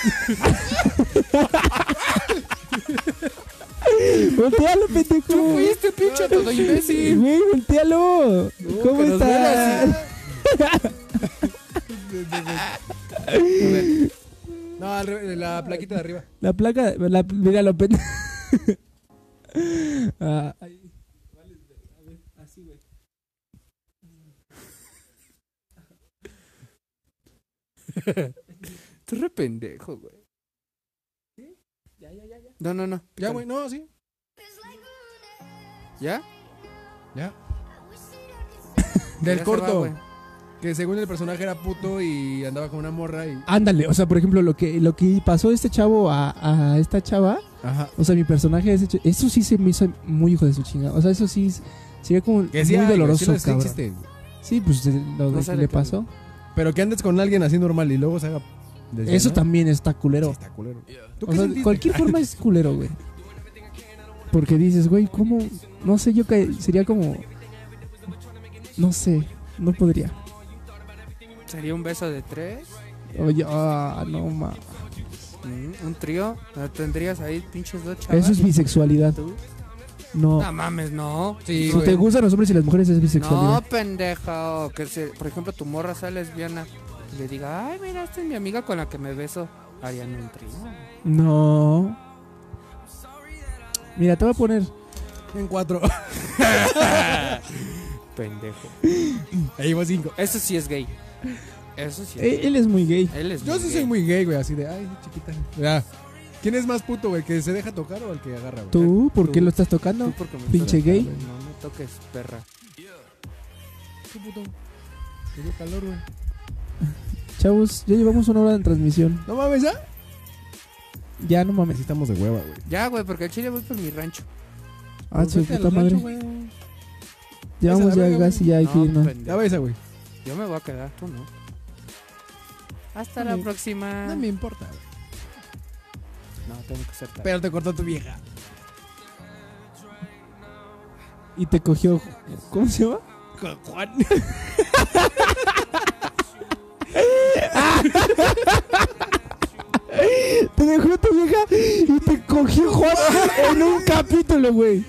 S1: Voltealo,
S2: Tú
S1: pendejo.
S2: fuiste,
S3: Este
S2: pinche todo imbécil.
S1: Güey, voltealo. ¿Cómo
S2: que nos vean
S1: estás?
S3: No, al revés, la plaquita de arriba.
S1: La placa, la, mira lo pendejo. *laughs* ah,
S2: Tú re pendejo, güey. Ya, ya, ya. No, no, no.
S3: Ya,
S2: pícale.
S3: güey, no, sí.
S2: ¿Ya?
S3: Ya.
S2: Ya
S3: Del
S2: se va,
S3: corto.
S2: güey.
S3: que según el personaje era puto y andaba con una morra y.
S1: ándale, o sea, por ejemplo, lo que, lo que pasó este chavo a, a esta chava,
S3: Ajá.
S1: o sea, mi personaje, ese ch- eso sí se me hizo muy hijo de su chingada. O sea, eso sí es- sería como
S3: Que sí,
S1: muy
S3: hay, güey, sí
S1: doloroso,
S3: lo- sí
S1: cabrón.
S3: existe, güey.
S1: Sí, pues de- lo
S2: No
S1: de que
S2: sale
S1: le
S2: tan-
S1: pasó.
S3: Pero que andes con alguien así normal y luego se haga. lesbiana,
S1: Eso también está
S3: sí
S1: culero.
S3: está culero. ¿Tú
S1: O
S3: qué
S1: sea,
S3: sentiste?
S1: cualquier forma es culero, güey. Porque dices, güey, ¿cómo? No sé, yo que sería como. No sé, no podría.
S2: Sería un beso de tres.
S1: Oye, ah, no ma.
S2: mm, Un trío. ¿No ¿Tendrías ahí pinches dos chavas?
S1: Eso es bisexualidad.
S2: ¿Tú?
S1: No.
S2: No mames, no.
S3: Sí,
S1: Si
S3: güey.
S1: te gustan los hombres y las mujeres es bisexualidad.
S2: No, pendejo. Que se, por ejemplo, tu morra sea lesbiana y le diga, ay, mira, esta es mi amiga con la que me beso. Harían un trío.
S1: No. Mira, te voy a poner.
S3: En cuatro. *laughs*
S2: Pendejo.
S3: Ahí va cinco.
S2: Eso sí es gay. Eso sí. Es
S1: Eh, Él es muy gay.
S2: Él es
S3: Pues Yo sí
S2: gay.
S3: soy muy gay, güey, así de, ay, chiquita. Ya. ¿Quién es más puto, güey? ¿El que se deja tocar o el que agarra, güey?
S1: ¿Tú? ¿Por qué lo estás
S2: Tú
S1: tocando?
S2: porque me
S1: pinche
S2: estás-
S1: gay.
S2: No me toques, perra.
S3: Tú, puto. Me dio calor, güey.
S1: Chavos, ya llevamos una hora de transmisión.
S3: No mames, ¿ya?
S1: Ya no mames.
S3: Necesitamos de hueva, güey.
S2: Ya, güey, porque al chile voy por mi rancho.
S1: Ah, su
S3: Pues Vete al
S1: puta madre.
S3: rancho, güey.
S1: Llevamos
S3: Esa
S1: ya
S3: verga,
S1: casi, ya hay que
S2: No,
S1: irnos.
S3: Ya
S2: pendejo.
S3: ves, güey.
S2: Yo me voy a quedar, tú no. Hasta la
S1: Dame.
S2: próxima.
S3: No me importa, güey.
S2: No, tengo que ser tarde.
S3: Pero te cortó tu vieja.
S1: Y te cogió. ¿Cómo se llama?
S3: Juan.
S1: Te dejó tu vieja y te cogió Juan en un capítulo, güey.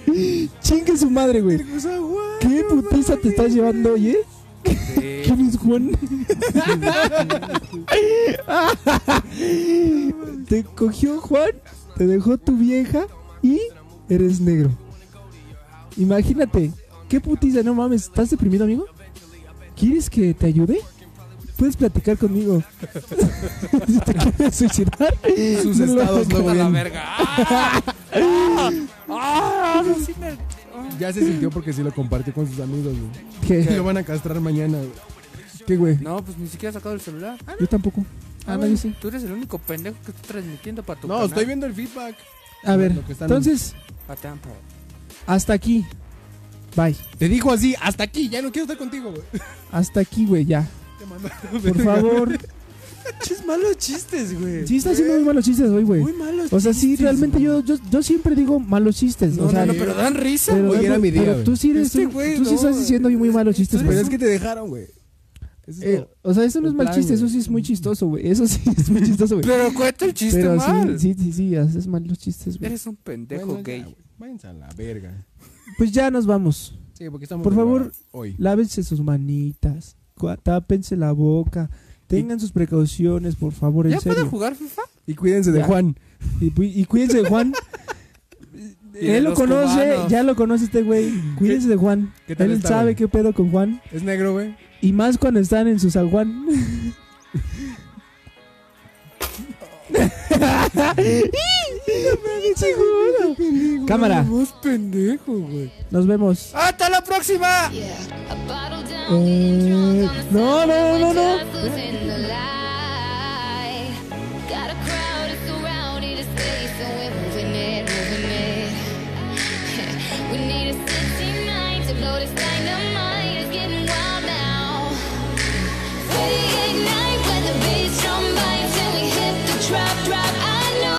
S1: Chingue su madre, güey.
S2: pues, ah,
S1: ¿Qué putiza te estás llevando hoy, eh?
S2: Sí.
S1: ¿Quién es Juan? *laughs* Te cogió Juan, te dejó tu vieja y eres negro. Imagínate, qué putiza, no mames, ¿estás deprimido, amigo? ¿Quieres que te ayude? Puedes platicar conmigo. *laughs* si te quieres suicidar,
S3: *laughs* Sus
S1: no lo
S3: estados
S1: hagas.
S3: luego
S2: A la
S3: bien-
S2: verga. ¡Ah! ¡Ah! ¡Ah! Sí me-
S3: Ya se sintió porque sí lo compartió con sus amigos, güey.
S1: ¿Qué?
S3: Lo van a castrar mañana, güey.
S1: ¿Qué, güey?
S2: No, pues ni siquiera has sacado el celular.
S1: Yo tampoco. Ah, no, yo sí.
S2: Tú eres el único pendejo que está transmitiendo para tu
S3: No,
S2: canal.
S3: estoy viendo el feedback.
S1: A ver,
S3: Lo que están-
S1: entonces,
S2: Pa' Tampa.
S1: hasta aquí. Bye.
S3: Te dijo así, hasta aquí, ya no quiero estar contigo, güey. *laughs*
S1: Hasta aquí, güey, ya.
S3: Te mandaron *laughs*
S1: Por favor.
S2: Chis malos chistes, güey.
S1: Sí, está haciendo muy malos chistes hoy, güey.
S2: Muy malos
S1: O sea, sí, realmente yo, yo, yo siempre digo malos chistes.
S2: No,
S1: o sea,
S2: no, no, pero dan risa,
S1: pero-
S2: güey.
S3: Hoy era mi día,
S1: pero
S3: güey.
S1: tú sí, eres,
S2: Este
S1: tú-
S2: güey,
S1: tú sí
S2: no,
S1: estás
S2: güey.
S1: diciendo muy malos chistes,
S2: Pero
S1: güey.
S3: Pero es que te dejaron, güey. Eso es
S1: Eh,
S3: todo.
S1: o sea, eso no
S3: el
S1: es mal
S3: plan,
S1: chiste, eso
S3: güey.
S1: sí es muy chistoso, güey. Eso sí es muy chistoso, güey.
S2: Pero cuenta el chiste
S1: Pero sí,
S2: mal.
S1: sí, sí, sí, haces malos chistes, güey.
S2: Eres un pendejo
S3: Bueno, ya,
S2: gay.
S3: güey. Váyanse a la verga.
S1: Pues ya nos vamos.
S3: Sí, porque estamos.
S1: Por favor.
S3: Hoy.
S1: Lávense sus manitas, cua- tápense la boca, tengan sus precauciones, por favor, en
S2: ¿Ya puedo
S1: serio.
S2: jugar FIFA?
S3: Y cuídense de
S1: Ya.
S3: Juan.
S1: Y, pu- y cuídense de Juan.
S2: Y de
S1: Él lo
S2: los
S1: conoce,
S2: cubanos.
S1: ya lo conoce este güey. Cuídense de Juan.
S3: qué tal
S1: Él
S3: está,
S1: sabe
S3: güey?
S1: qué pedo con Juan.
S3: Es negro, güey.
S1: Y más cuando están en su San Juan. Cámara,
S2: Más pendejo, güey.
S1: nos vemos.
S2: ¡Hasta la próxima!
S6: Yeah. A bottle down,
S1: Eh,
S6: being drunk on a
S1: Mm. no, no, no, no.
S6: Saturday night. *laughs*